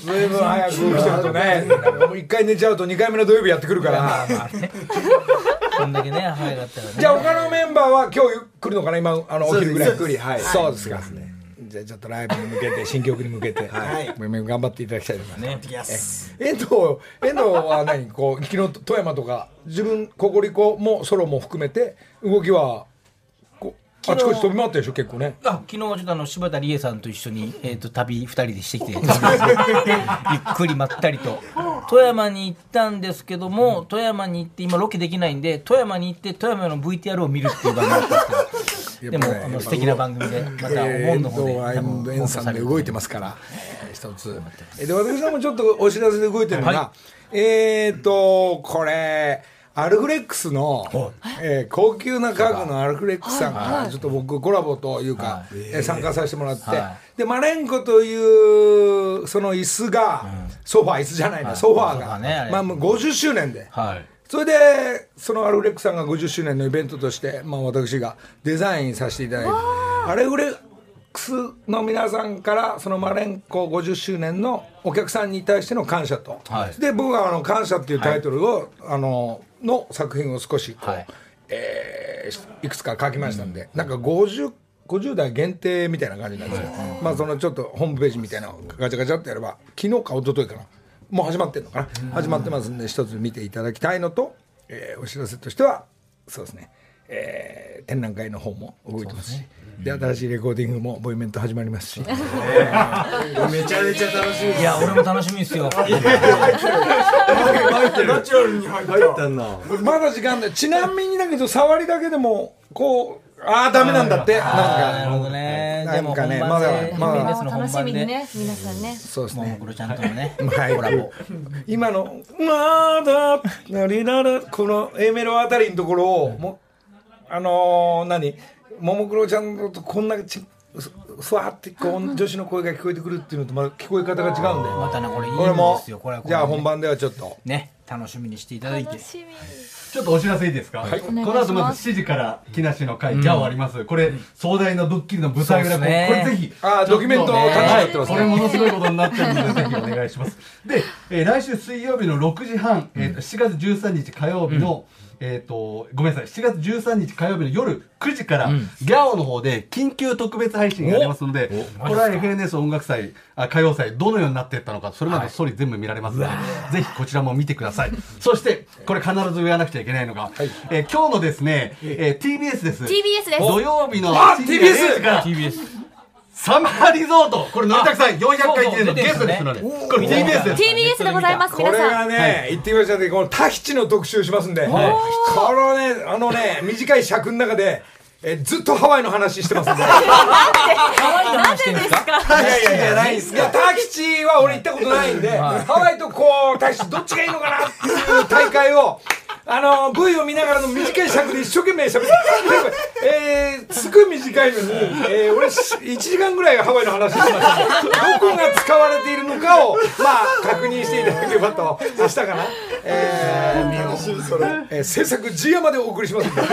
[SPEAKER 1] 随分早く来てるとねもう1回寝ちゃうと2回目の土曜日やってくるから
[SPEAKER 3] こんだけね、早かったらね。
[SPEAKER 1] (laughs) じゃあ他のメンバーは今日来るのかな今あのお昼ぐらい
[SPEAKER 5] そうですゆっくりはい
[SPEAKER 1] そうですか、じゃあちょっとライブに向けて新曲に向けて、はい、頑張っていただきたいと思います、
[SPEAKER 3] ね、
[SPEAKER 6] います
[SPEAKER 1] 遠藤遠藤は何こう昨日富山とか自分ココリコもソロも含めて動きはこうあちこち飛び回ったでしょ結構ね
[SPEAKER 3] あ昨日はちょっとあの柴田理恵さんと一緒に、えー、と旅2人でしてきてゆっくりまったりと富山に行ったんですけども、富山に行って今ロケできないんで富山に行って富山の VTR を見るっていう番組だったんですけどでも、あの素敵な番組でまたお盆
[SPEAKER 1] 遠
[SPEAKER 3] の
[SPEAKER 1] 藤
[SPEAKER 3] 方で
[SPEAKER 1] は
[SPEAKER 3] 多分
[SPEAKER 1] 遠さんで動いてますすから、えー一つえーで私さんもちょっとお知らせで動いてるのが、えっ、とこれアルフレックスの、えー高級な家具のアルフレックスさんがちょっと僕コラボというか、えー参加させてもらって、
[SPEAKER 3] は
[SPEAKER 1] でマレンコというその椅子が、ソファー椅子じゃないな、ソファー
[SPEAKER 3] ソファ
[SPEAKER 1] が、
[SPEAKER 3] ーねあれ
[SPEAKER 1] まあ、もう50周年で。
[SPEAKER 3] はい
[SPEAKER 1] それでそのアルフレックさんが50周年のイベントとして、まあ、私がデザインさせていただいてアルフレックスの皆さんからそのマレンコ50周年のお客さんに対しての感謝と、
[SPEAKER 3] はい
[SPEAKER 1] で僕はあの「感謝」っていうタイトルを、あのの作品を少しこう、
[SPEAKER 3] はい
[SPEAKER 1] えーいくつか書きましたんで、なんか50 50代限定みたいな感じなんですよ、まあそのちょっとホームページみたいなのをガチャガチャってやれば昨日か一昨日かなもう始まってるのかな、始まってますんで一つ見ていただきたいのと、えーお知らせとしてはそうですね、えー展覧会の方も動いてますしで新しいレコーディングもボイメント始まり
[SPEAKER 3] (laughs)
[SPEAKER 1] ますし、
[SPEAKER 5] めちゃめちゃ楽しみ
[SPEAKER 3] いや俺も楽しみですよ
[SPEAKER 6] ナチュラルに入った
[SPEAKER 5] だな
[SPEAKER 1] まだ時間ないちなみにだけど触りだけでもこうああダメなんだってなん
[SPEAKER 3] あーなる
[SPEAKER 1] か
[SPEAKER 3] ほどね
[SPEAKER 1] なんかね
[SPEAKER 3] でも本番で
[SPEAKER 1] まだまだ
[SPEAKER 3] FNS の
[SPEAKER 4] 楽
[SPEAKER 3] 本
[SPEAKER 4] し
[SPEAKER 3] 番
[SPEAKER 4] み
[SPEAKER 3] で
[SPEAKER 4] にね、皆さんね。
[SPEAKER 1] そうです
[SPEAKER 3] も
[SPEAKER 1] ね
[SPEAKER 3] もクロちゃんとのね
[SPEAKER 1] (laughs) はい、今の「まだなりなら」この A メロあたりのところをもあのー、何ももクロちゃんのとこんなちふふわってこう女子の声が聞こえてくるっていうのとまだ聞こえ方が違うんで
[SPEAKER 3] またねこれいいん
[SPEAKER 1] これも
[SPEAKER 3] ですよこれはこれ
[SPEAKER 1] じ
[SPEAKER 3] で
[SPEAKER 1] ゃあ本番ではちょっと
[SPEAKER 3] ね楽しみにしていただいて
[SPEAKER 4] 楽しみ。
[SPEAKER 7] ちょっとお知らせいいですか、こ
[SPEAKER 4] お願いします
[SPEAKER 7] の後まず7時から木梨の会ギャオあります、これ壮大なドッキリの舞台裏、
[SPEAKER 3] そうですね
[SPEAKER 7] これぜひ
[SPEAKER 1] あー
[SPEAKER 7] ちょっと
[SPEAKER 1] ドキュメント楽しみになってますね
[SPEAKER 7] はいこれものすごいことになって (laughs) るのでぜひお願いしますで、えー来週水曜日の6時半、えーと7月13日火曜日の、えっ、と、ごめんなさい、7月13日火曜日の夜9時から、ギャオの方で緊急特別配信がありますので、これは FNS 音楽祭、あ歌謡祭、どのようになっていったのか、それまでのストーリー全部見られますので、ぜひこちらも見てください。そして、これ必ず言わなくちゃいけないのが、えー今日のですね、えー TBS です。
[SPEAKER 4] TBS です
[SPEAKER 7] 土曜日の
[SPEAKER 1] あ
[SPEAKER 7] 深夜0時から
[SPEAKER 3] TBS
[SPEAKER 7] サマーリゾートこれ、のりたくさん400回記念のゲストですので、
[SPEAKER 3] そうそう
[SPEAKER 7] これ TBS です。
[SPEAKER 4] TBS でございます、
[SPEAKER 1] こ
[SPEAKER 4] 皆
[SPEAKER 1] れが
[SPEAKER 4] さん。
[SPEAKER 1] ね、言ってみましたねこのタヒチの特集しますんで、このねあのね短い尺の中でえずっとハワイの話してますんで
[SPEAKER 4] なぜですか
[SPEAKER 5] いやいやじゃないです
[SPEAKER 1] いや、タキチは俺行ったことないんで、ハワイとこう、タキチどっちがいいのかなっていう大会を、あの V を見ながらの短い尺で一生懸命喋ってえー、すぐ短いのに、えー、俺し1時間ぐらいハワイの話をしましたどこが使われているのかをまあ確認していただければと明日かな、えー、楽しいそれ、えー、制作 G アまでお送りしますんで
[SPEAKER 8] 今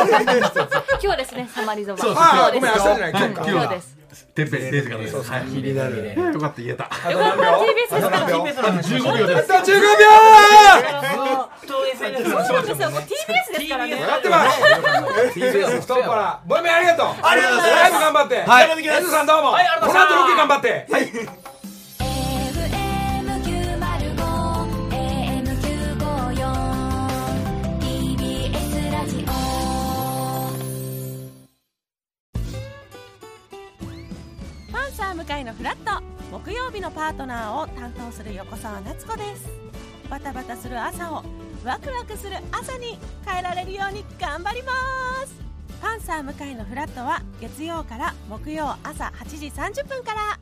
[SPEAKER 8] 日はですね、サマリゾバ。
[SPEAKER 7] そうそう
[SPEAKER 1] ああごめん明日じゃない今日か
[SPEAKER 7] 今日
[SPEAKER 8] 今日
[SPEAKER 7] だ
[SPEAKER 8] です。
[SPEAKER 7] てっぺん、デイズからです。はい、よかった、言えた。
[SPEAKER 1] あと何秒
[SPEAKER 8] TBS ですから。
[SPEAKER 9] TBS の話
[SPEAKER 7] 15秒で
[SPEAKER 1] あ
[SPEAKER 7] す。
[SPEAKER 1] と15秒
[SPEAKER 9] ずっと SNS の
[SPEAKER 8] そうなんですよ、もう TBS ですからね。
[SPEAKER 1] 分かってます TBS 太っ腹もえめありがとうありがとうございますライブ頑張って
[SPEAKER 5] はい
[SPEAKER 1] エズさんどうもこの後ロケ頑張ってはい
[SPEAKER 10] FM905 AM954 TBS ラジオ
[SPEAKER 4] パンサー向かいのフラット木曜日のパートナーを担当する横澤夏子ですバタバタする朝をワクワクする朝に変えられるように頑張りますパンサー向かいのフラットは月曜から木曜朝8時30分から